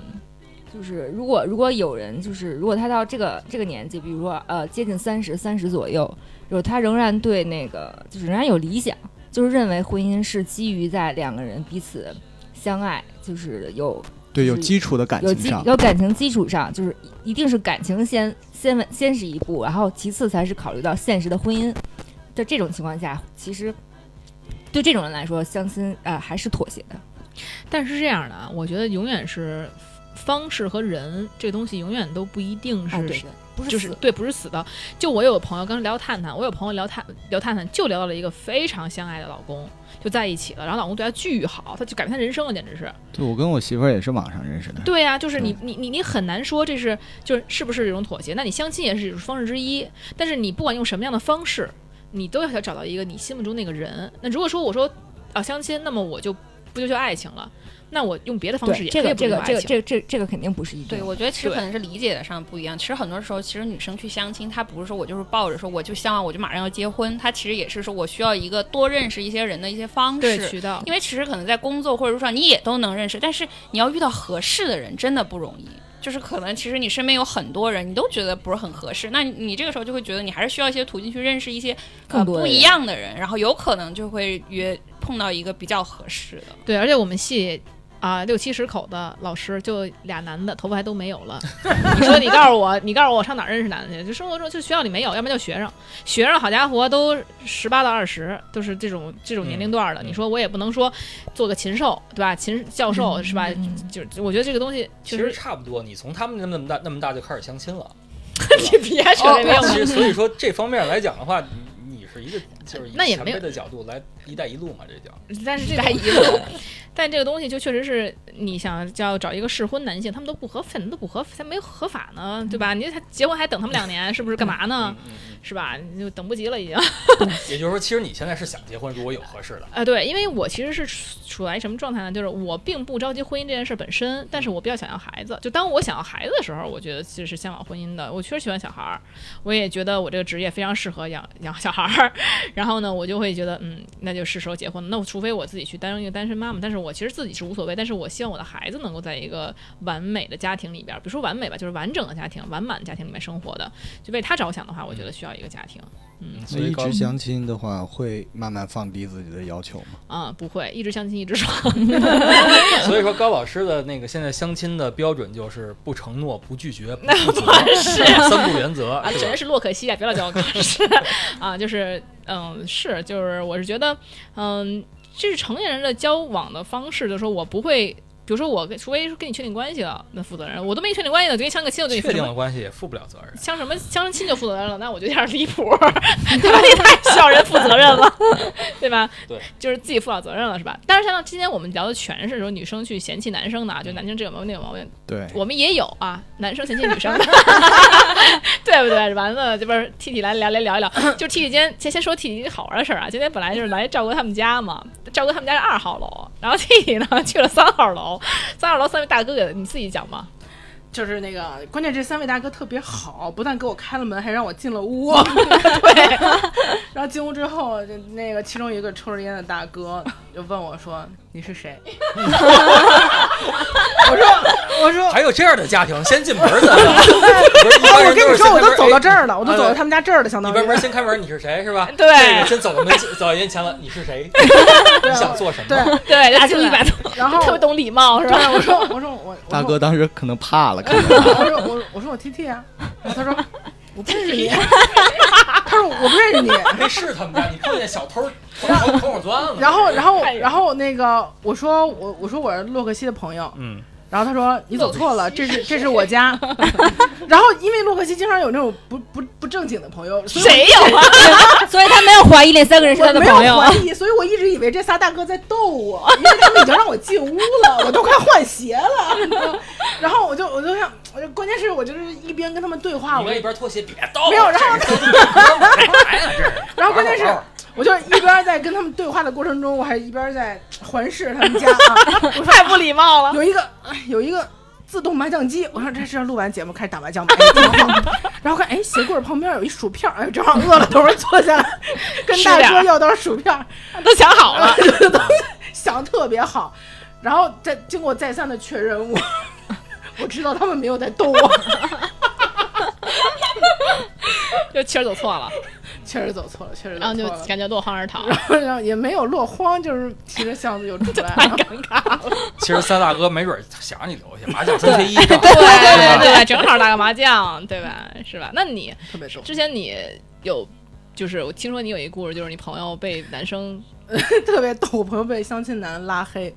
E: 就是如果如果有人就是如果他到这个这个年纪，比如说呃接近三十三十左右，就是他仍然对那个就是仍然有理想，就是认为婚姻是基于在两个人彼此相爱，就是有
C: 对，有
E: 就是
C: 基础的感
E: 有
C: 情
E: 基
C: 上，
E: 有感情基础上，就是一一定是感情先先先是一步，然后其次才是考虑到现实的婚姻。在这种情况下，其实对这种人来说，相亲呃还是妥协的。
B: 但是这样的啊，我觉得永远是方式和人这个东西永远都不一定是、
E: 啊，对对，不是
B: 就是
E: 死
B: 对，不是死的。就我有朋友刚聊探探，我有朋友聊探聊探探，就聊到了一个非常相爱的老公，就在一起了，然后老公对她巨好，她就改变她人生了，简直是。
C: 对我跟我媳妇儿也是网上认识的，
B: 对呀、就是
E: 嗯
B: 你你你你很难说这是就是是不是这种妥协。那你相亲也是一种方式之一，但是你不管用什么样的方式，你都要想找到一个你心目中那个人。那如果说我说啊相亲，那么我就不追求爱情了，那我用别的方式
E: 对
B: 也
E: 这
B: 可以
E: 个
B: 不
E: 这
B: 追求
E: 个
B: 爱
E: 这
B: 情。
E: 个这个这个这个肯定不是一定
H: 对，
E: 的
H: 我觉得其实
B: 对
H: 可能是理解的上不一样。其实很多时候，其实女生去相亲，她不是说我就是抱着说我就相啊望，我就马上要结婚，她其实也是说我需要一个多认识一些人的一些方
B: 对
H: 式。
B: 渠道，
H: 因为其实可能在工作或者说你也都能认识，但是你要遇到合适的人真的不容易。就是可能其实你身边有很多人，你都觉得不是很合适，那你你这个时候就会觉得你还是需要一些途径去认识一些
E: 更
H: 呃
E: 多的
H: 不
E: 人
H: 一样的人，然后有可能就会约碰到一个比较合适 (laughs) 的。
B: 对，而且我们系啊、六七十口的老师就俩男的，头发还都没有
G: (laughs)
B: 了。你说你告诉我，你告诉我上哪儿认识男的去？就生活中就学校里没有，要不然叫学生。学生好家伙都十八到二十，都是这种这种年龄段的。
G: 嗯
B: 你说我也不能说做个禽兽，对吧？禽教授、是吧？就就我觉得这个东西
G: 其
B: 确实，
G: 实差不多，你从他们那么大那么大就开始相亲了。
B: 你 (laughs) 别扯这没有
G: 哦 (laughs) 其实所以说这方面来讲的话，你你是一个就是以
B: 那也
G: 前
B: 没有
G: 辈的角度来“一带一路”嘛，这叫
B: 但是这个， (laughs) 但这个东西就确实是你想叫找一个适婚男性，他们都不合法，怎么都不合法，他没合法呢，对吧？你他结婚还等他们两年，是不是？干嘛呢？
G: 嗯嗯嗯
B: 是吧？你就等不及了已经。 (laughs)
G: 也就是说，其实你现在是想结婚，如果有合适的，
B: 啊，对，因为我其实是处处在什么状态呢？就是我并不着急婚姻这件事本身，但是我比较想要孩子。就当我想要孩子的时候，我觉得其实是向往婚姻的。我确实喜欢小孩儿，我也觉得我这个职业非常适合养养小孩儿。 (laughs) 然后呢，我就会觉得，嗯，那就是时候结婚了。那我除非我自己去当一个单身妈妈，但是我其实自己是无所谓。但是我希望我的孩子能够在一个完美的家庭里边儿，比如说完美吧，就是完整的家庭、完满的家庭里面生活的。就为他着想的话，我觉得需要一个家庭。
G: 嗯，所
C: 所
G: 以
C: 以一
G: 高
C: 直相亲的话，会慢慢放低自己的要求吗？
B: 啊、不会一直相亲一直爽。
G: 所以说高老师的那个现在相亲的标准就是不承诺、不拒绝、不负责
B: 是
G: 三不原则
B: 啊，，
G: 是
B: 真
G: 吧？
B: 是洛可西啊！别老叫我
G: (laughs)
B: 高老师啊，就是嗯，是就是，我是觉得嗯，这是成年人的交往的方式，就是说我不会。比如说我跟，除非是跟你确定关系了，那负责任；我都没确定关系呢，直接相个亲，我对你负
G: 确
B: 什
G: 定
B: 么？
G: 了关系也负不了责任。
B: 相什么相亲就负责任了，那我就有点离谱， (laughs) 对吧？也太小人负责任了， (laughs) 对吧？
G: (laughs) 对，
B: 就是自己负了责任了，是吧？但是像今天我们聊的全是说女生去嫌弃男生的啊，就男生这有毛病那有毛病，
C: 对，
B: 我们也有啊，男生嫌弃女生的， (laughs) 对不对？完了，这不是 T T 来聊来聊一聊，就 T T 今天先先说 T T 好玩的事儿啊。今天本来就是来赵哥他们家嘛，赵哥他们家是二号楼，然后 T T 呢去了三号楼，三号楼三位大哥给你自己讲嘛。
F: 就是那个，关键这三位大哥特别好，不但给我开了门，还让我进了屋。对，然后进屋之后，就那个其中一个抽着烟的大哥就问我说：“你是谁？”我说：“我说
G: 还有这样的家庭，先进门的，不是一般
F: 我
G: 人
F: 跟
G: 都
F: 你
G: 是
F: 说，我都走到
G: 先开门
F: 这儿了，我都走到他们家这儿了，相
G: 哎
F: 当
G: 一
F: 于
G: 般门先开门，你是谁是吧？
B: 对
G: 这个先走到门走到人前了，你是谁？你想做什么？
F: 对。
B: 对，大就一百多，
F: 然后
B: 特别懂礼貌是
F: 对，
B: 吧？
F: 我说我说我
C: 大哥，当时可能
B: (laughs)
C: 怕了，看
F: 我说我说我我说我 T T 啊，然后他说我不认识你，他说我不认识你，
G: (laughs) 那是他们家，你碰见小
F: (laughs)
G: 偷捅捅口钻了。
F: 然后然后
B: 太远
F: 然后那个我说我我说我是洛克西的朋友，
G: 嗯，
F: 然后他说你走错了，这是这是我家，然后因为洛克西经常有那种不不不正经的朋友，所以
B: 谁有啊？
E: 所以他没有怀疑那三个人是
F: 我
E: 他
F: 我
E: 的
F: 没
E: 朋
F: 有
E: 友。啊
F: 怀疑，所以我一直以为这仨大哥在逗我，因为他们已经让我进屋了，我都快换鞋了，你知道然后我就我就想，我就关键是我就是一边跟他们对话，
G: 你
F: 我
G: 们
F: 一
G: 一边脱鞋，别逗我。
F: 没有然后
G: 这是干嘛呀？这是
F: 然后关键是
G: 玩会儿玩会儿
F: 我就一边在跟他们对话的过程中，我还一边在环视他们家啊。我说
B: 太不礼貌了。
F: 有一个，哎有一个自动麻将机，我说这是要录完节目开始打麻将吧？哎挺好
B: (laughs)
F: 然后看，哎，鞋柜旁边有一薯片儿，哎，正好饿了，等会儿坐下
B: (laughs)
F: 来跟
B: 吃
F: 大
B: 点
F: 哥
B: 儿
F: 要袋薯片儿，
B: 都想好了，
F: 想得特别好。然后再经过再三的确认，我 (laughs) 我知道他们没有在逗我，
B: (laughs) 就确实走错了，
F: 确实走错了，确实
B: 然后
F: 走
B: 就
F: 错了。
B: 感觉落荒而
F: (laughs)
B: 逃，
F: 然后也没有落荒，就是提着箱子就
B: (laughs)
F: 出来了。
B: 尴尬。
G: 其实三大哥没准想让你留下，麻将三缺一。对
B: 对对对，正好打个麻将，对吧？是吧？那你
F: 特别逗
B: 之前你有，就是我听说你有一故事，就是你朋友被男生，
F: (laughs) 特别逗，我朋友被相亲男拉黑，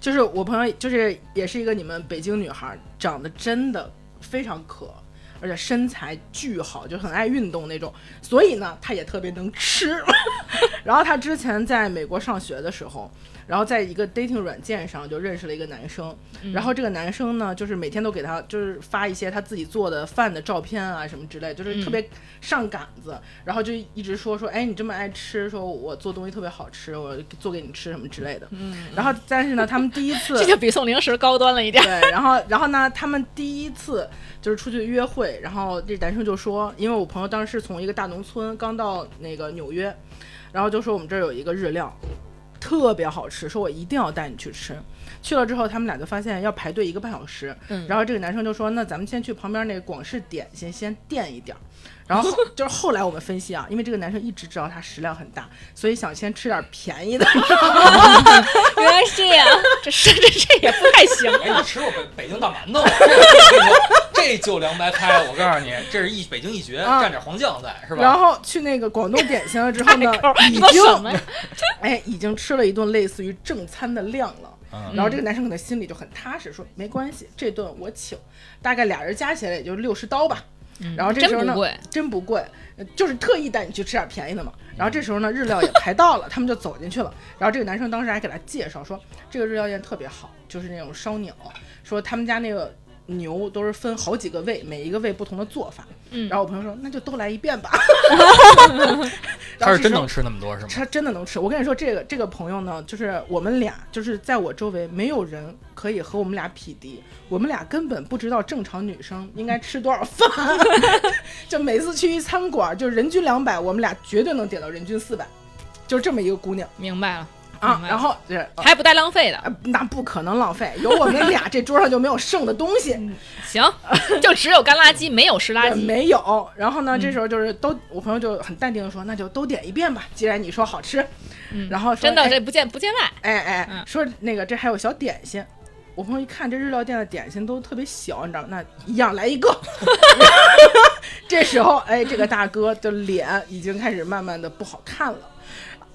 F: 就是我朋友就是也是一个你们北京女孩，长得真的非常可，而且身材巨好，就很爱运动那种，所以呢，她也特别能吃。 (laughs) 然后她之前在美国上学的时候，然后在一个 dating 软件上就认识了一个男生，
B: 嗯
F: 然后这个男生呢，就是每天都给他就是发一些他自己做的饭的照片啊什么之类，就是特别上杆子，然后就一直说说，哎，你这么爱吃，说我做东西特别好吃，我做给你吃什么之类的。
B: 嗯，
F: 然后但是呢，他们第一次
B: 这就比送零食高端了一点。
F: 对，然后然后呢，他们第一次就是出去约会，然后这男生就说，因为我朋友当时是从一个大农村刚到那个纽约，然后就说我们这儿有一个日料。特别好吃，说我一定要带你去吃。去了之后，他们俩就发现要排队一个半小时，
B: 嗯
F: 然后这个男生就说：“那咱们先去旁边那个广式点心先垫一点儿。”然后 (laughs) 就是后来我们分析啊，因为这个男生一直知道他食量很大，所以想先吃点便宜的。
E: 原来是这样，
B: (laughs) 这是这这也不太行。
F: (laughs)
G: 哎，你吃过北北京大馒头吗？这我跟你说这就凉白开，我告诉你，这是一北京一绝，
F: 啊
G: 蘸点黄酱在是
F: 然
G: 吧？
F: 后去那个广东点心了之后
G: (laughs)
F: 呢
B: 太抠，
F: 已
B: 说什
F: 经
B: 么呀？
F: 哎已经吃了一顿类似于正餐的量了。(laughs)
G: 嗯，
F: 然后这个男生可能心里就很踏实，说没关系，这顿我请，大概俩人加起来也就六十刀吧。然后这时候
B: 嗯真
F: 呢
B: 不，贵，
F: 真不贵，呃就是特意带你去吃点便宜的嘛。然后这时候呢，日料也排到了，他们就走进去了。然后这个男生当时还给他介绍说，这个日料店特别好，就是那种烧鸟，说他们家那个牛都是分好几个位，每一个位不同的做法。
B: 嗯
F: 然后我朋友说，那就都来一遍吧。 (laughs) 然
G: 他
F: 后
G: 是真
F: 时候
G: 能吃那么多是吗？
F: 他真的能吃。我跟你说，这个这个朋友呢，就是我们俩，就是在我周围没有人可以和我们俩匹敌。我们俩根本不知道正常女生应该吃多少饭， (laughs) 就每次去一餐馆，就人均两百，我们俩绝对能点到人均四百，就是这么一个姑娘
B: 明白了，
F: 啊
B: 明。白
F: 然后这、呃
B: 哦还不带浪费的。
F: 呃那不可能浪费，有我们俩这桌上就没有剩的东西。
B: (laughs) 行，就只有干垃圾，没有湿垃
F: 对
B: 圾。嗯
F: 没有。然后呢，这时候就是都，我朋友就很淡定的说，那就都点一遍吧，既然你说好吃。
B: 嗯
F: 然后说
B: 真的
F: 哎
B: 这不见不见外。
F: 哎哎，
B: 嗯
F: 说那个这还有小点心。我朋友一看这日料店的点心都特别小，你知道吗？那一样来一个。 (laughs) 这时候，哎，这个大哥的脸已经开始慢慢的不好看了。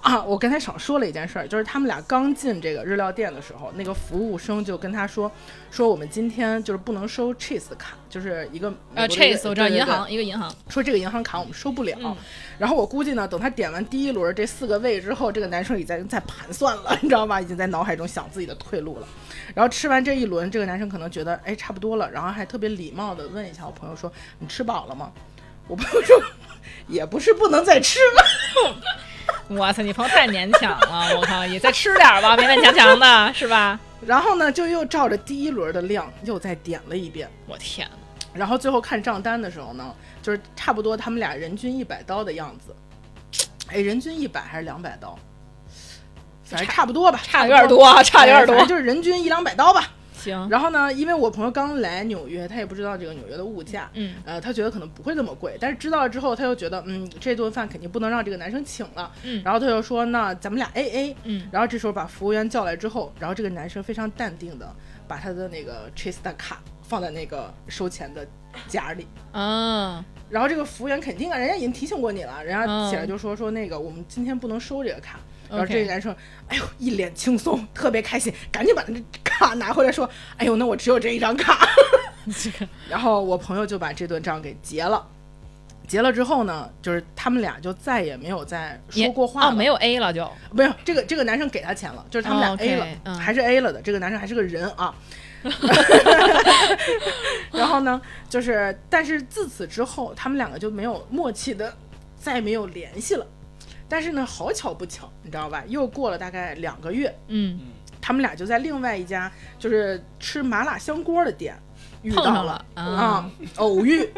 F: 啊，我刚才少说了一件事儿，就是他们俩刚进这个日料店的时候，那个服务生就跟他说，说我们今天就是不能收 Chase 的卡，就是一个
B: 呃
F: 美国的一个
B: ，Chase 我知道
F: 对对
B: 银
F: 对
B: 行一个银行，
F: 说这个银行卡我们收不了。
B: 嗯
F: 然后我估计呢，等他点完第一轮这四个位之后，这个男生已经在盘算了， (laughs) 你知道吗？已经在脑海中想自己的退路了。然后吃完这一轮，这个男生可能觉得哎差不多了，然后还特别礼貌的问一下我朋友说：“你吃饱了吗？”我朋友说：“也不是不能再吃了。
B: 我操，你朋友太勉强了，我靠，也再吃点儿吧，勉勉强强的，是
F: (laughs)
B: 吧？”
F: 然后呢，就又照着第一轮的量又再点了一遍。
B: 我天，
F: 然后最后看账单的时候呢，就是差不多他们俩人均一百刀的样子。哎，人均一百还是两百刀？反正差不多吧，啊
B: 差的有点多，差的有点
F: 反正
B: 多。嗯
F: 就是人均一两百刀吧。
B: 行，
F: 然后呢，因为我朋友刚来纽约，他也不知道这个纽约的物价，
B: 嗯
F: 呃，他觉得可能不会那么贵，但是知道了之后，他又觉得，嗯，这顿饭肯定不能让这个男生请了，
B: 嗯
F: 然后他就说，那咱们俩 A A，
B: 嗯，
F: 然后这时候把服务员叫来之后，然后这个男生非常淡定的把他的那个 Chase 的卡放在那个收钱的夹里，
B: 啊，
F: 然后这个服务员肯定啊，人家已经提醒过你了，人家起来
B: 嗯
F: 就说、说那个我们今天不能收这个卡。然后
B: OK
F: 这个男生，哎呦，一脸轻松，特别开心，赶紧把那卡拿回来，说，哎呦，那我只有这一张卡。 (laughs)
B: (laughs)
F: 然后我朋友就把这顿账给结了，结了之后呢，就是他们俩就再也没有再说过话了，
B: 哦，没有 A 了就，
F: 没有，这个这个男生给他钱了，就是他们俩
B: 哦，OK，
F: A 了，
B: 嗯
F: 还是 A 了的。这个男生还是个人
B: (laughs)
F: 啊。然后呢，就是但是自此之后，他们两个就没有默契的，再没有联系了。但是呢，好巧不巧，你知道吧？又过了大概两个月，
B: 嗯，
F: 他们俩就在另外一家就是吃麻辣香锅的店遇
B: 碰
F: 到
B: 上了啊
F: 啊，偶遇。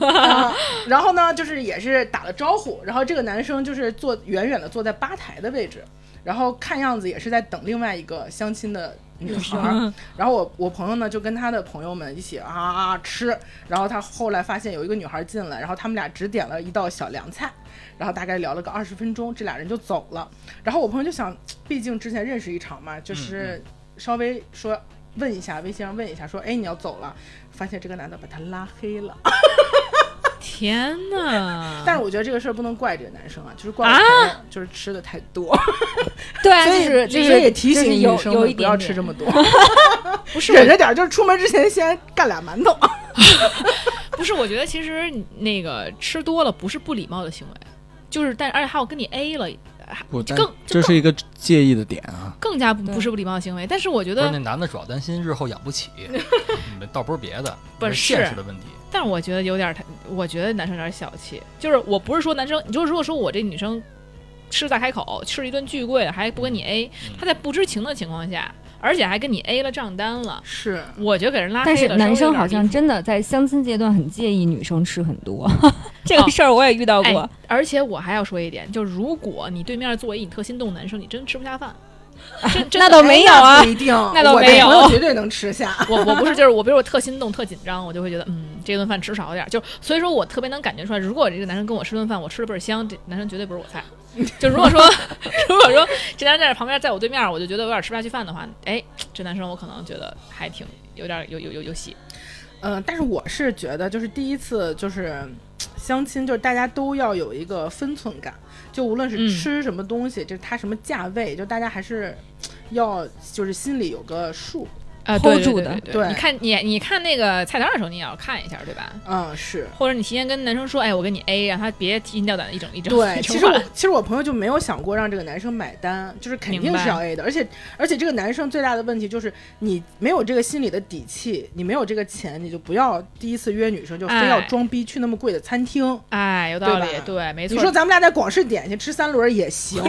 F: 啊 (laughs) 然后呢，就是也是打了招呼，然后这个男生就是坐远远的坐在吧台的位置，然后看样子也是在等另外一个相亲的女孩儿。然后我我朋友呢就跟他的朋友们一起啊啊啊吃，然后他后来发现有一个女孩进来，然后他们俩只点了一道小凉菜，然后大概聊了个二十分钟，这俩人就走了。然后我朋友就想，毕竟之前认识一场嘛，就是稍微说问一下，微信上问一下，说哎你要走了，发现这个男的把他拉黑了。
B: 天哪！
F: (laughs) 但是我觉得这个事儿不能怪这个男生啊，就是怪我
B: 啊
F: 朋友，就是吃的太 (laughs) 多，
E: 对啊，
F: 所
E: 就
F: 以
E: 是就
F: 所以
E: 是
F: 也提
E: 就
F: 醒
E: 是
F: 女
E: 有
F: 生
E: 有
F: 们
E: 一
F: 不要
E: 点
F: 吃
E: 点
F: 这么 (laughs) 多，
B: 不是
F: 忍着点儿，就是出门之前先干俩馒头。
B: 不是，我觉得其实那个吃多了不是不礼貌的行为，就是但而且还有跟你 A 了，还
C: 不，但
B: 更
C: 这是一个介意的点啊。
B: 更加不
E: 对
B: 不是不礼貌的行为。但是我觉
G: 不是
B: 得
G: 那男的主要担心日后养不
F: (laughs)
G: 起，嗯倒不是别的，
B: 不是
G: 现实的问题。
B: 但是我觉得有点儿太，我觉得男生有点小气。就是我不是说男生，你就如果说我这女生吃大开口，吃了一顿巨贵的，还不跟你 A，
G: 嗯
B: 他在不知情的情况下，而且还跟你 A 了账单了。
F: 是
B: 我觉得给人拉黑
E: 但是
B: 了稍微
E: 男
B: 有
E: 生
B: 点
E: 好像
B: 离谱
E: 真的在相亲阶段很介意女生吃很
F: (laughs)
E: 多，哦这个事儿我也遇到过。
B: 哎，而且我还要说一点，就如果你对面作为你特心动的男生，你真吃不下
E: (laughs)
B: 饭，真真
E: 那
B: 的
E: 倒没有啊
F: 哎不，一定，
B: (laughs) 那倒
F: 我这
B: 没有
F: 朋友绝对能吃下。 (laughs)
B: 我我不是就是我，比如我特心动、特紧张，我就会觉得，嗯，这顿饭吃少点儿。就所以说我特别能感觉出来，如果这个男生跟我吃顿饭，我吃的倍儿香，这男生绝对不是我
E: (laughs)
B: 菜。就如果说 (laughs) 如果说这男生在旁边，在我对面，我就觉得有点吃不下去饭的话，哎，这男生我可能觉得还挺有点有有有有戏。
F: 嗯，但是我是觉得，就是第一次就是嗯相亲，就是大家都要有一个分寸感，就无论
B: 嗯
F: 是吃什么东西，就它什么价位，就大家还是嗯要就是心里有个数。
B: 啊
E: hold 住的
B: 对
F: 对
B: 你看你你看那个菜单的时候，你也要看一下，对吧？(laughs)
F: 嗯，是。
B: 或者你提前跟男生说，哎，我给你 A，让他别提心吊胆的一整一整。
F: 对，
B: (laughs) 一整
F: 其实我
B: 晚
F: 其实我朋友就没有想过让这个男生买单，就是肯
B: 明
F: 定
B: 白
F: 是要 A 的，而且而且这个男生最大的问题就是你没有这个心理的底气，你没有这个钱，你就不要第一次约女生就非要
B: 哎
F: 装逼去那么贵的餐厅。
B: 哎有道理
F: 对，吧
B: 对，没错。
F: 你说咱们俩在广式点去吃三轮也
G: (laughs)
F: 行，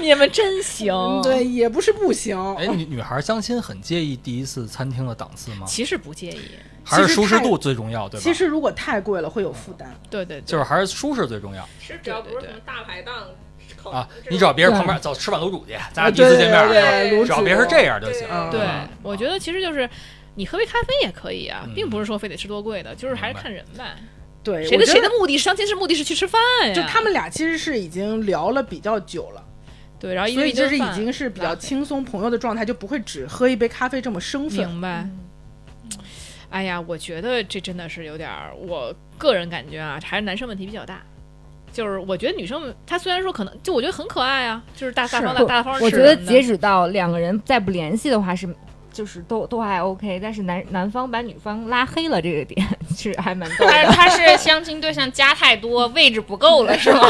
B: 你们真行，
F: 对，也不是不行。
G: 哎，女女孩相亲很介意第一次餐厅的档次吗？
B: 其实不介意，
G: 还是
F: 其实
G: 舒适
F: 太
G: 度最重要，对吧？
F: 其实如果太贵了会有负担，
B: 对对对，
G: 就是还是舒适最重要
H: 吃只要不是
B: 对
H: 什
B: 对
H: 么大排档口
G: 啊！
H: 这
G: 你
H: 种
G: 找别人旁边走吃碗卤煮去，咱俩第一次见面
F: 啊对
G: 儿，
F: 对对
G: 只要别是这样就行。
H: 对
B: 对
G: 嗯，
B: 我觉得其实就是你喝杯咖啡也可以啊，并不是说非得吃多贵的，就是还是看人呗。
F: 对，
B: 谁
F: 我
B: 的
F: 觉
B: 谁
F: 得
B: 的目的是相亲是目的是去吃饭呀？
F: 就他们俩其实是已经聊了比较久了，
B: 对，啊然后因
F: 所
B: 为
F: 以
B: 一顿
F: 就是已
B: 饭
F: 经是比
B: 浪
F: 较
B: 费
F: 轻松朋友的状态，就不会只喝一杯咖啡这么生分。
B: 明白。哎呀，我觉得这真的是有点儿，我个人感觉啊，还是男生问题比较大。就是我觉得女生们，她虽然说可能，就我觉得很可爱啊，就是大大方大
E: 不
B: 大方式。
E: 我觉得截止到两个人再不联系的话是，就是都都还 OK，但是男男方把女方拉黑了这个点 (laughs) 是还蛮逗
H: 他
E: 的。
H: 他是相亲对象加太多，位置不够了是吗？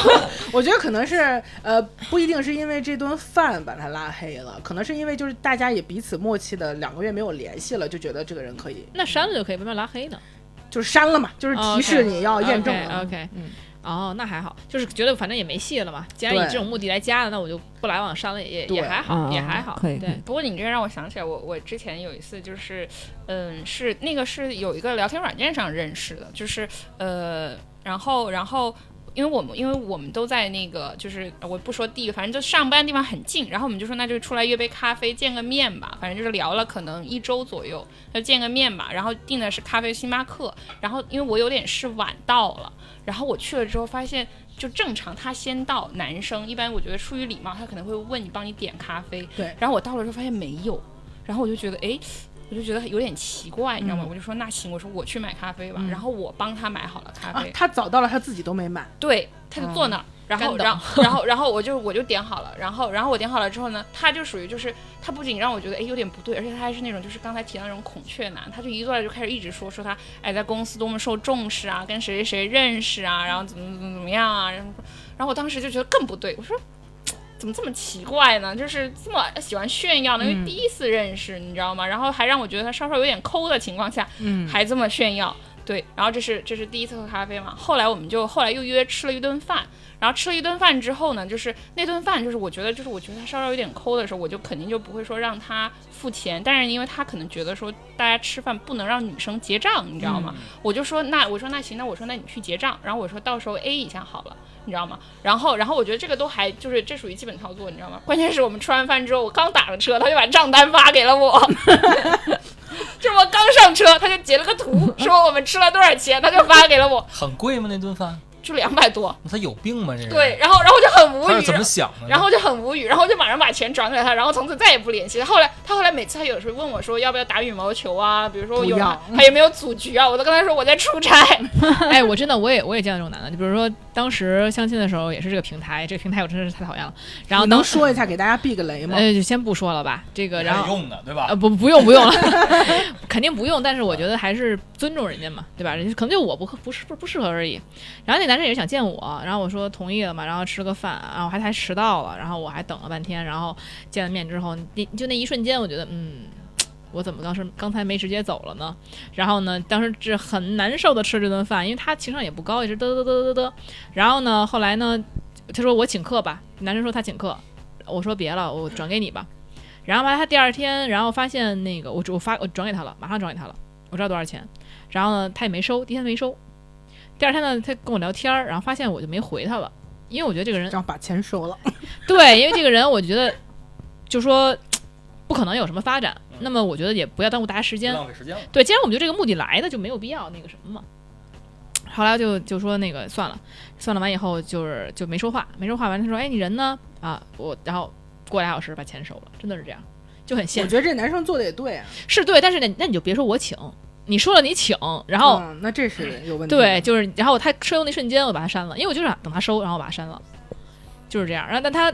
F: 我觉得可能是呃，不一定是因为这顿饭把他拉黑了，可能是因为就是大家也彼此默契的两个月没有联系了，就觉得这个人可以
B: 那删了就可以，为什么要拉黑呢？
F: 就是删了嘛，就是
B: 哦
F: 提示你要哦验证了。
B: OK，,
F: 嗯
B: 哦，那还好，就是觉得反正也没戏了嘛。既然以
F: 对
B: 这种目的来加的，那我就不来往删了，也也
F: 对
B: 还好，
E: 啊
B: 也还好。
E: 可以可
H: (laughs)
B: 对
E: 以，
H: 不过你这让我想起来，我我之前有一次就是，嗯，是那个是有一个聊天软件上认识的，就是呃，然后然后。因为我们因为我们都在那个就是我不说地，反正就上班地方很近，然后我们就说那就出来约杯咖啡见个面吧，反正就是聊了可能一周左右，就见个面吧。然后订的是咖啡星巴克，然后因为我有点是晚到了，然后我去了之后发现就正常他先到，男生一般我觉得出于礼貌，他可能会问你帮你点咖啡，然后我到了之后发现没有，然后我就觉得哎。诶我就觉得有点奇怪，你知道吗？我就说那行，我说我去买咖啡吧，然后我帮他买好了咖
F: 啊
B: 哎
H: 啡，，
F: 他早到了，他自己都没买。
H: 对，他就坐那儿。然后，
B: 嗯干等
H: 然
B: (laughs)
H: 后，然后，然后我就我就点好了，然后，然后我点好了之后呢，他就属于就是他不仅让我觉得哎有点不对，而且他还是那种就是刚才提到那种孔雀男，他就一坐下就开始一直说说他哎在公司多么受重视啊，跟谁谁谁认识啊，然后怎么怎么怎么样啊，然后然后我当时就觉得更不对，我说怎么这么奇怪呢？就是这么喜欢炫耀呢？
B: 嗯
H: 因为第一次认识，你知道吗？然后还让我觉得他稍稍有点抠的情况下，
F: 嗯
H: 还这么炫耀。对，然后这是这是第一次喝咖啡嘛，后来我们就后来又约吃了一顿饭，然后吃了一顿饭之后呢，就是那顿饭就是我觉得就是我觉得他稍稍有点抠的时候，我就肯定就不会说让他付钱，但是因为他可能觉得说大家吃饭不能让女生结账，你知道吗？我就说那我说那行，那我说那你去结账，然后我说到时候 A 一下好了，你知道吗？然后然后我觉得这个都还就是这属于基本操作，你知道吗？关键是我们吃完饭之后，我刚打了车，他就把账单发给了我。这么刚上车，他就截了个
G: (laughs)
H: 图，说我们吃了多少钱，他就发给了我，
G: 很贵吗？那顿饭？
H: 就两百多。
G: 他有病吗？这人
H: 对，，然后然后我就很无
G: 嗯他是
H: 语
G: 怎，么想的呢？
H: 然后就很无语，然后就马上把钱转给他，然后从此再也不联系。后来他后来每次他有时候问我说要不要打羽毛球啊，比如说我有
F: 不要
H: 还有没有组局啊，我都跟他说我在
G: (laughs)
H: 出差。
B: 哎，我真的我也我也见到这种男的，就比如说当时相亲的时候也是这个平台，这个平台我真是太讨厌了。然后
F: 你能
B: 当时
F: 说一下给大家避个雷吗？
B: 呃，就先不说了吧，这个然
G: 还
B: 后。
G: 用的对吧
B: 呃，？不，不用，不用 (laughs) 了，肯定不用。但是我觉得还是尊重人家嘛，对吧？人家可能就我不合不适不不适合而已。然后那男生也是想见我，然后我说同意了嘛，然后吃了个饭，然后还还迟到了，然后我还等了半天，然后见了面之后，你就那一瞬间，我觉得嗯。我怎么当时刚才没直接走了呢？然后呢，当时是很难受的吃这顿饭，因为他情商也不高，一直嘚嘚嘚嘚嘚嘚。然后呢，后来呢，他说我请客吧，男生说他请客，我说别了，我转给你吧。然后吧，他第二天，然后发现那个我我发我转给他了，马上转给他了，我知道多少钱。然后呢，他也没收，第一天没收。第二天呢，他跟我聊天儿，然后发现我就没回他了，因为我觉得这个人
F: 然后把钱收了。
B: 对，因为这个人，我觉得就说不可能有什么发展。那么我觉得也不要耽误大家时间，
G: 浪费时间了。
B: 对，既然我们就这个目的来的，就没有必要那个什么嘛。后来就就说那个算了，算了完以后就是就没说话，没说话完他说哎你人呢啊我然后过俩小时把钱收了，真的是这样，就很
F: 我
B: 现实，
F: 觉得这男生做的也对啊。
B: 是对，但是那那你就别说我请，你说了你请，然后、
F: 嗯，那这是有问题。
B: 哦对，，就是然后他收的那瞬间我把他删了，因为我就想等他收，然后我把他删了，就是这样。然后但他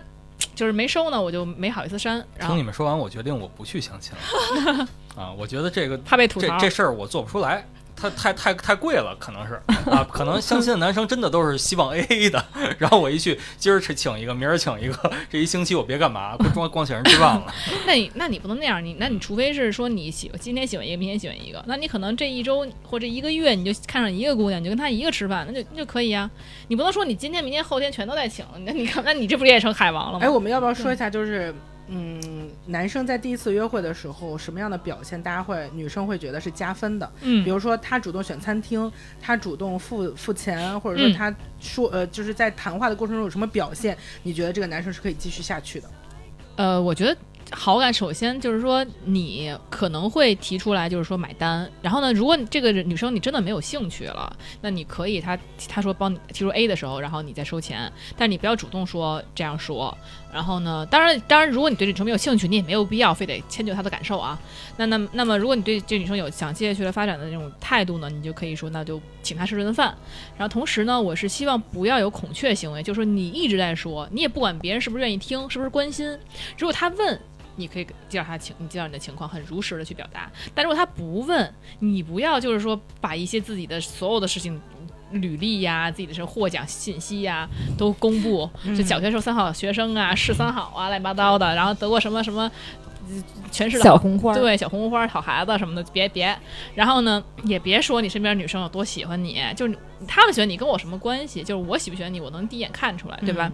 B: 就是没收呢，我就没好意思删，然
G: 听
B: 后
G: 你们说完，我决定我不去相亲
H: (laughs)
G: 了。啊，我觉得这个
B: 怕被吐
G: 这
B: 槽。
G: 这事儿我做不出来，太太太太贵了，可能是 (laughs) 啊，可能相亲的男生真的都是希望 A A (laughs) 的，然后我一去，今儿请一个，明儿请一个，这一星期我别干嘛，不光光请人吃饭了。
B: 那你那你不能那样，你那你除非是说你喜今天喜欢一个，明天喜欢一个，那你可能这一周或者一个月你就看上一个姑娘，你就跟她一个吃饭，那就那就可以啊。你不能说你今天明天后天全都在请，那你看那你这不是也成海王了吗？
F: 哎，我们要不要说一下，就是嗯，男生在第一次约会的时候，什么样的表现大家会女生会觉得是加分的？比
B: 嗯
F: 如说他主动选餐厅，他主动付付钱，或者说
B: 嗯
F: 他说、呃，就是在谈话的过程中有什么表现，你觉得这个男生是可以继续下去的？
B: 呃，我觉得好感首先就是说你可能会提出来，就是说买单。然后呢，如果你这个女生你真的没有兴趣了，那你可以她她说帮你提出 A 的时候，然后你再收钱，但你不要主动说这样说。然后呢，当然当然，如果你对这女生没有兴趣，你也没有必要非得迁就她的感受啊。那那那么，如果你对这女生有想接下去的发展的那种态度呢，你就可以说那就请她吃顿饭。然后同时呢，我是希望不要有孔雀行为，就是说你一直在说，你也不管别人是不是愿意听，是不是关心。如果他问，你可以介绍他情，你介绍你的情况，很如实的去表达。但如果他不问，你不要就是说把一些自己的所有的事情。履历呀、自己的这获奖信息呀、都公布。就小学时候三好学生啊，市三好啊，乱七八糟的，然后得过什么什么，呃全市的
E: 小红花，，
B: 对，小红花、好孩子什么的，别别。然后呢，也别说你身边女生有多喜欢你，就是你他们喜欢你跟我什么关系？就是我喜不喜欢你，我能第一眼看出来，对吧？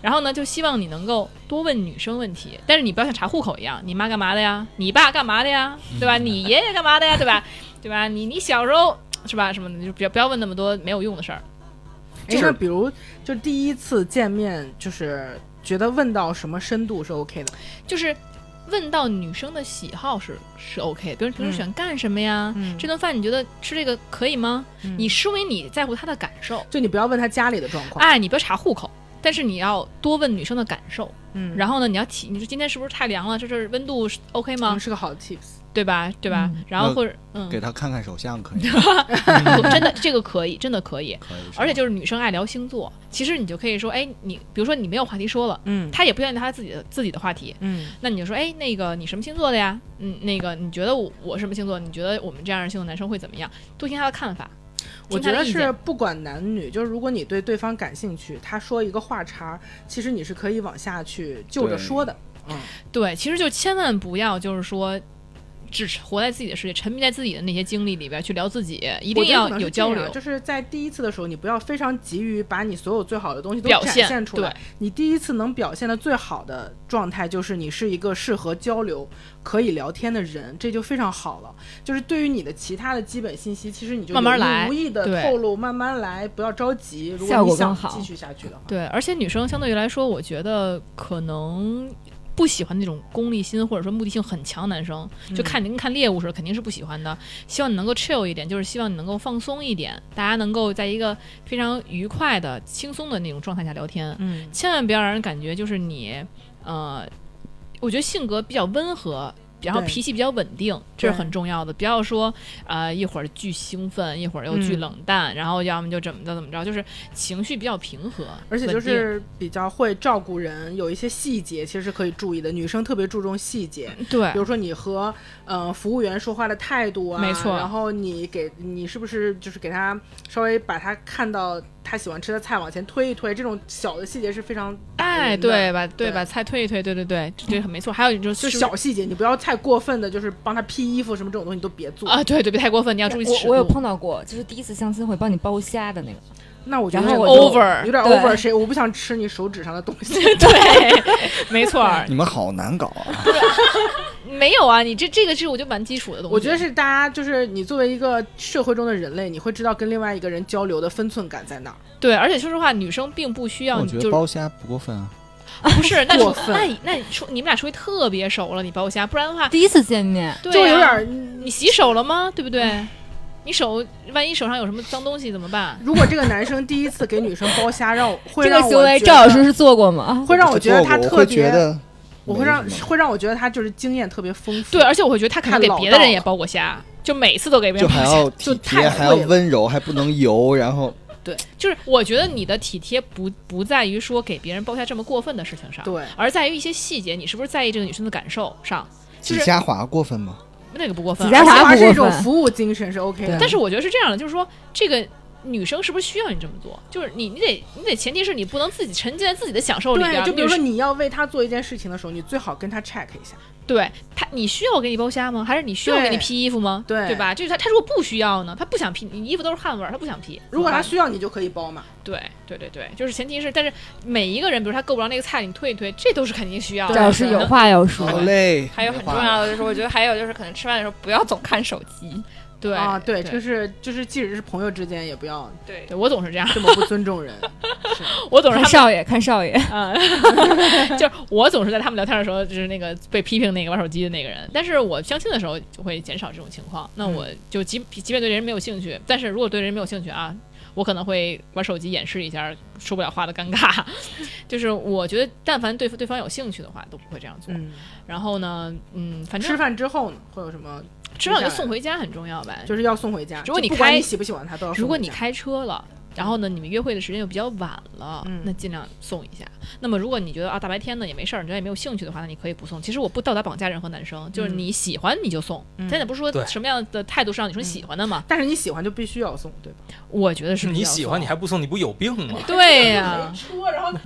B: 然后呢，就希望你能够多问女生问题，但是你不要像查户口一样，你妈干嘛的呀？你爸干嘛的呀？对吧？你爷爷干嘛的呀？对吧？对吧？你你小时候是吧？什么的，就不要不要问那么多没有用的事儿。
F: 哎，那比如就第一次见面，就是觉得问到什么深度是 OK 的？
B: 就是问到女生的喜好是是 OK 的，比如你平时喜欢干什么呀？
F: 嗯
B: 这顿饭你觉得吃这个可以吗？
F: 嗯
B: 你说明你在乎她的感受。
F: 就你不要问他家里的状况，
B: 哎，你不要查户口，但是你要多问女生的感受。
F: 嗯，
B: 然后呢，你要提，你说今天是不是太凉了？这是温度是 OK 吗
F: 嗯？是个好的 tips。
B: 对吧？对吧？然后或者嗯，
C: 给他看看手相可
B: (laughs)
C: 以，
B: 真的这个可以，真的可以。
C: 可以。
B: 而且就是女生爱聊星座，其实你就可以说，哎，你比如说你没有话题说了，
F: 嗯
B: 她也不愿意聊她自己的自己的话题，
F: 嗯
B: 那你就说，哎，那个你什么星座的呀？嗯，那个你觉得我我什么星座？你觉得我们这样的星座男生会怎么样？多听他的看法。
F: 我
B: 听
F: 觉
B: 他的
F: 得
B: 意
F: 是
B: 见
F: 不管男女，就是如果你对对方感兴趣，他说一个话茬，其实你是可以往下去就着
C: 对
F: 说的。
B: 对，其实就千万不要就是说。只活在自己的世界，沉迷在自己的那些经历里边去聊自己，一
F: 一
B: 定要有交流。
F: 就是在第一次的时候，你不要非常急于把你所有最好的东西都
B: 表
F: 展
B: 现
F: 现出来
B: 对。
F: 你第一次能表现的最好的状态，就是你是一个适合交流、可以聊天的人，这就非常好了。就是对于你的其他的基本信息，其实你就
B: 慢慢
F: 有意
B: 来
F: 无意的
B: 对
F: 透露，慢慢来，不要着急。如
E: 效
F: 果你
E: 果
F: 想
E: 更好
F: 继续下去的话，
B: 对，而且女生相对于来说，我觉得可能不喜欢那种功利心或者说目的性很强的男生，
F: 嗯
B: 就看你跟看猎物似的，肯定是不喜欢的。希望你能够 chill 一点，就是希望你能够放松一点，大家能够在一个非常愉快的、轻松的那种状态下聊天。
F: 嗯，
B: 千万不要让人感觉就是你，呃，我觉得性格比较温和，然后
F: 对
B: 脾气比较稳定，这是
F: 对
B: 很重要的。不要说呃一会儿巨兴奋，一会儿又巨
F: 嗯
B: 冷淡，然后要么就怎么着怎么着，就是情绪比较平和，
F: 而且就
B: 稳定
F: 是比较会照顾人，有一些细节其实是可以注意的。女生特别注重细节，
B: 对
F: 比如说你和呃服务员说话的态度啊，
B: 没错
F: 然后你给你是不是就是给他稍微把他看到他喜欢吃的菜往前推一推，这种小的细节是非常大
B: 菜，哎对吧？对，
F: 对嗯
B: 把菜退一退，对对对，这这很没错。还有就是
F: 就小细节，你不要太过分的，就是帮他披衣服什么这种东西都别做。
B: 啊，对对，别太过分，你要注意尺
E: 我我有
B: 度
E: 碰到过，就是第一次相亲会帮你剥虾的那个，
F: 那我觉得
E: 然后我就
B: over，
F: 有点
E: 对
F: over，谁我不想吃你手指上的东西。
B: (laughs) 对，没
F: (laughs)
B: 错儿，
C: 你们好难搞啊！
B: 没有啊，你这这个是我就蛮基础的东西。
F: 我觉得是大家，就是你作为一个社会中的人类，你会知道跟另外一个人交流的分寸感在哪儿。
B: 对，而且说实话，女生并不需要
C: 我
B: 你
C: 觉
B: 就
C: 得
B: 是
C: 包虾不过分啊。
B: 不是那除
F: 过分
B: 那你那你说你们俩除非特别熟了，你包虾，不然的话，
E: 第一次见面，
B: 对、啊，
F: 就有点嗯儿，
B: 你洗手了吗？对不对？你手万一手上有什么脏东西怎么办？
F: 如果这个男生第一次给女生剥虾，让我会
E: 这个
F: 让我
E: 行为
F: 觉
E: 赵老
F: 得
E: 师是做过吗？
F: 会让我觉得他
C: 我
F: 特
C: 会觉
F: 别，
C: 得
F: 我会让
C: 没什么
F: 会让我觉得他就是经验特别丰富。
B: 对，而且我会觉得他可能
F: 看
B: 给
F: 老
B: 别的
F: 道
B: 人也
F: 了
B: 包过虾，就每次都给别
C: 就
B: 人包
C: 还
B: 虾。
C: 要体贴，
F: 太
C: 还要
F: 会了
C: 温柔，还不能油，然后
B: 就是我觉得你的体贴不不在于说给别人包下这么过分的事情上，
F: 对
B: 而在于一些细节，你是不是在意这个女生的感受上？就
C: 挤
B: 是
C: 虾滑过分吗？
B: 那个不过分
E: 几
B: 啊。
E: 家
F: 而且
E: 华
F: 还
E: 不
F: 是一
E: 过
F: 种
E: 分，
F: 服务精神是 OK 的
E: 对。
B: 但是我觉得是这样的，就是说这个女生是不是需要你这么做？就是你你得你得前提是你不能自己沉浸在自己的享受里边
F: 对，
B: 儿。
F: 就比如说
B: 女生
F: 你要为他做一件事情的时候，你最好跟他 check 一下。
B: 对她，你需要我给你包虾吗？还是你需要我给你
F: 对
B: 披衣服吗？
F: 对
B: 对吧？就是她她如果不需要呢，她不想披，你衣服都是汗味儿，她不想披。
F: 如
B: 怎
F: 果
B: 么
F: 他
B: 办
F: 需要，你就可以包嘛。
B: 对对对对，就是前提是，但是每一个人，比如他够不着那个菜，你退一退，这都是肯定需要的。
E: 赵老师有话要
C: (laughs)
E: 说，
C: 好嘞，
H: 还有很重要的就是，我觉得还有就是，可能吃饭的时候不要总看手机。
B: 对
F: 啊，对，
B: 对
F: 就是就是，即使是朋友之间，也不要
H: 对，
B: 对我总是这样，
F: 这么不尊重
B: (laughs)
F: 人。是
B: 我
F: (laughs)
B: 总是
E: 看
B: 他
E: 少爷，看少爷，
B: 们，就是我总是在他们聊天的时候，就是那个被批评那个玩手机的那个人。但是我相亲的时候就会减少这种情况。那
F: 嗯
B: 我就即即便对人没有兴趣，但是如果对人没有兴趣啊，我可能会玩手机掩饰一下说不了话的尴尬。 (laughs) 就是我觉得，但凡对对方有兴趣的话，都不会这样做。
F: 嗯，
B: 然后呢，嗯，反正
F: 吃饭之后呢，会有什么？
B: 吃饭就送回家很重要吧，
F: 就是要送回家。
B: 如果你
F: 就不管
B: 开
F: 你喜不喜欢他，都要送回家。
B: 如果你开车了，然后呢，你们约会的时间又比较晚了，
F: 嗯
B: 那尽量送一下。那么如果你觉得啊大白天的也没事儿，你觉得也没有兴趣的话，那你可以不送。其实我不道德绑架任何男生，就是
F: 嗯
B: 你喜欢你就送。
F: 嗯
B: 咱也不是
G: 对
B: 说什么样的态度上你说你喜欢的嘛，
F: 但是你喜欢就必须要送，对吧？
B: 我觉得是比
G: 你
B: 较
G: 喜
B: 送
G: 欢你还不送，你不有病吗？
B: 对
F: (laughs)
B: 呀、
F: 说，然后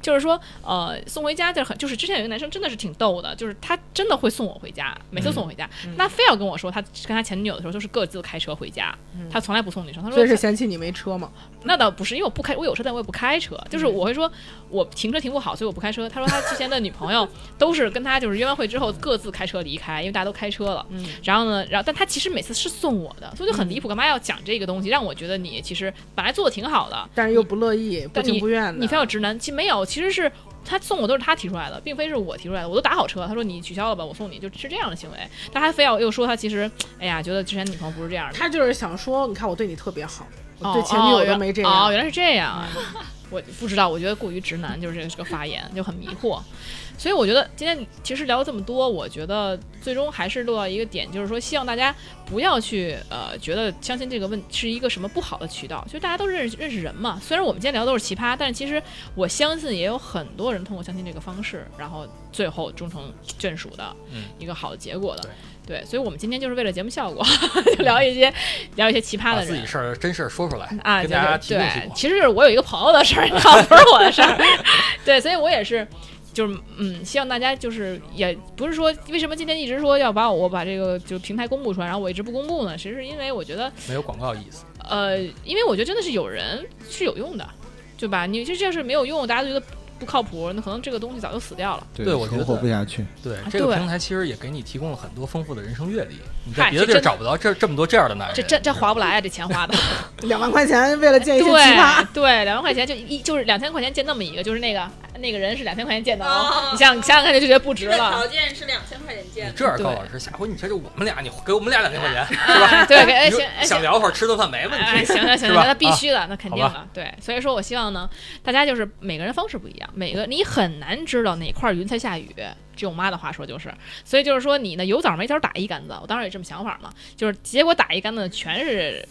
B: 就是说，呃，送回家就是很，就是之前有一个男生真的是挺逗的，就是他真的会送我回家，每次送我回家，
F: 嗯
B: 那非要跟我说他跟他前女友的时候都是各自开车回家，他从来不送女生，他说
F: 嗯所以是嫌弃你没车嘛？
B: 那倒不是，因为我不开，我有车，但我也不开车。就是我会说，我停车停不好，所以我不开车。他说他之前的女朋友都是跟他就是约完会之后各自开车离开，因为大家都开车了。
F: 嗯
B: 然后呢，然后但他其实每次是送我的，所以就很离谱。干嘛要讲这个东西，让我觉得你其实本来做的挺好的，
F: 但是又不乐意，不
B: 但
F: 情不愿的。
B: 你非要直男，其实没有，其实是他送我都是他提出来的，并非是我提出来的。我都打好车，他说你取消了吧，我送你，就是这样的行为。但他非要又说他其实，哎呀，觉得之前女朋友不是这样的。
F: 他就是想说，你看我对你特别好，我
B: 哦
F: 对前女友
B: 哦
F: 都没这
B: 哦，
F: 样。
B: 原来是这样啊！ (laughs) 我不知道，我觉得过于直男就是这个这个发言就很迷惑，所以我觉得今天其实聊了这么多，我觉得最终还是落到一个点，就是说希望大家不要去呃觉得相亲这个问是一个什么不好的渠道，就大家都认识认识人嘛。虽然我们今天聊的都是奇葩，但是其实我相信也有很多人通过相亲这个方式，然后最后终成眷属的
G: 嗯
B: 一个好的结果的。对，所以我们今天就是为了节目效果， (laughs) 就聊一些聊一些奇葩
G: 把
B: 的
G: 自
B: 人
G: 己。事儿真事儿说出来
B: 啊，
G: 跟
B: 就
G: 大家
B: 是
G: 提供提
B: 对
G: 供，。
B: 其实就是我有一个朋友的事儿， (laughs) 你知道不是我的事儿，对，所以我也是。就是嗯，希望大家就是也不是说为什么今天一直说要把我把这个就平台公布出来，然后我一直不公布呢？其实是因为我觉得
G: 没有广告意思。
B: 呃，因为我觉得真的是有人是有用的，对吧？你这要是没有用，大家都觉得不靠谱，那可能这个东西早就死掉了。
G: 对我觉
C: 生
G: 得
C: 活不下去。
G: 对
B: 啊，
G: 这个
B: 对
G: 平台其实也给你提供了很多丰富的人生阅历，你
B: 嗨
G: 在别的
B: 这
G: 地
B: 真
G: 儿找不到这这么多这样的男人。
B: 这这这
G: 是吧
B: 划不来啊，这钱花的。
F: 两万块钱为了见一些奇葩
B: 对，对，两万块钱就一就是两千块钱见那么一个，就是那个那个人是两千块钱见的哦
H: 哦。
B: 你想想想看就觉得不值
H: 这个
B: 了。
H: 条件是两千块钱见
G: 你
H: 的。
G: 这样高
B: 对
G: 老师，下回你这就我们俩，你给我们俩两千块钱， (laughs)
B: 啊对，给哎
G: 你说
B: 行哎行
G: 想。聊会儿吃顿饭没问
B: 哎，
G: 题。
B: 行行行
G: 是
B: 行，
G: 吧
B: 那必须的，那肯定
G: 好
B: 的。对，所以说我希望呢，大家就是每个人方式不一样，每个你很难知道哪块云彩下雨。这我妈的话说就是，所以就是说你呢有枣没枣打一竿子，我当时也这么想法嘛，就是结果打一竿子全是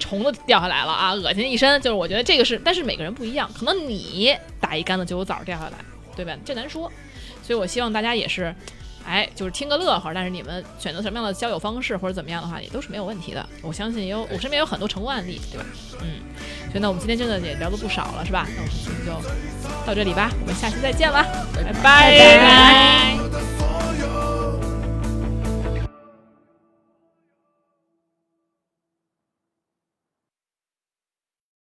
B: 虫子掉下来了啊，恶心一身。就是我觉得这个是，但是每个人不一样，可能你打一竿子就有枣掉下来，对吧？这难说。所以我希望大家也是，哎，就是听个乐呵。但是你们选择什么样的交友方式或者怎么样的话，也都是没有问题的。我相信也有，我身边有很多成功案例，对吧？嗯，所以呢，我们今天真的也聊了不少了，是吧？那我们就到这里吧，我们下期再见啦，拜拜
E: 拜
B: 拜
E: 拜
A: 我的风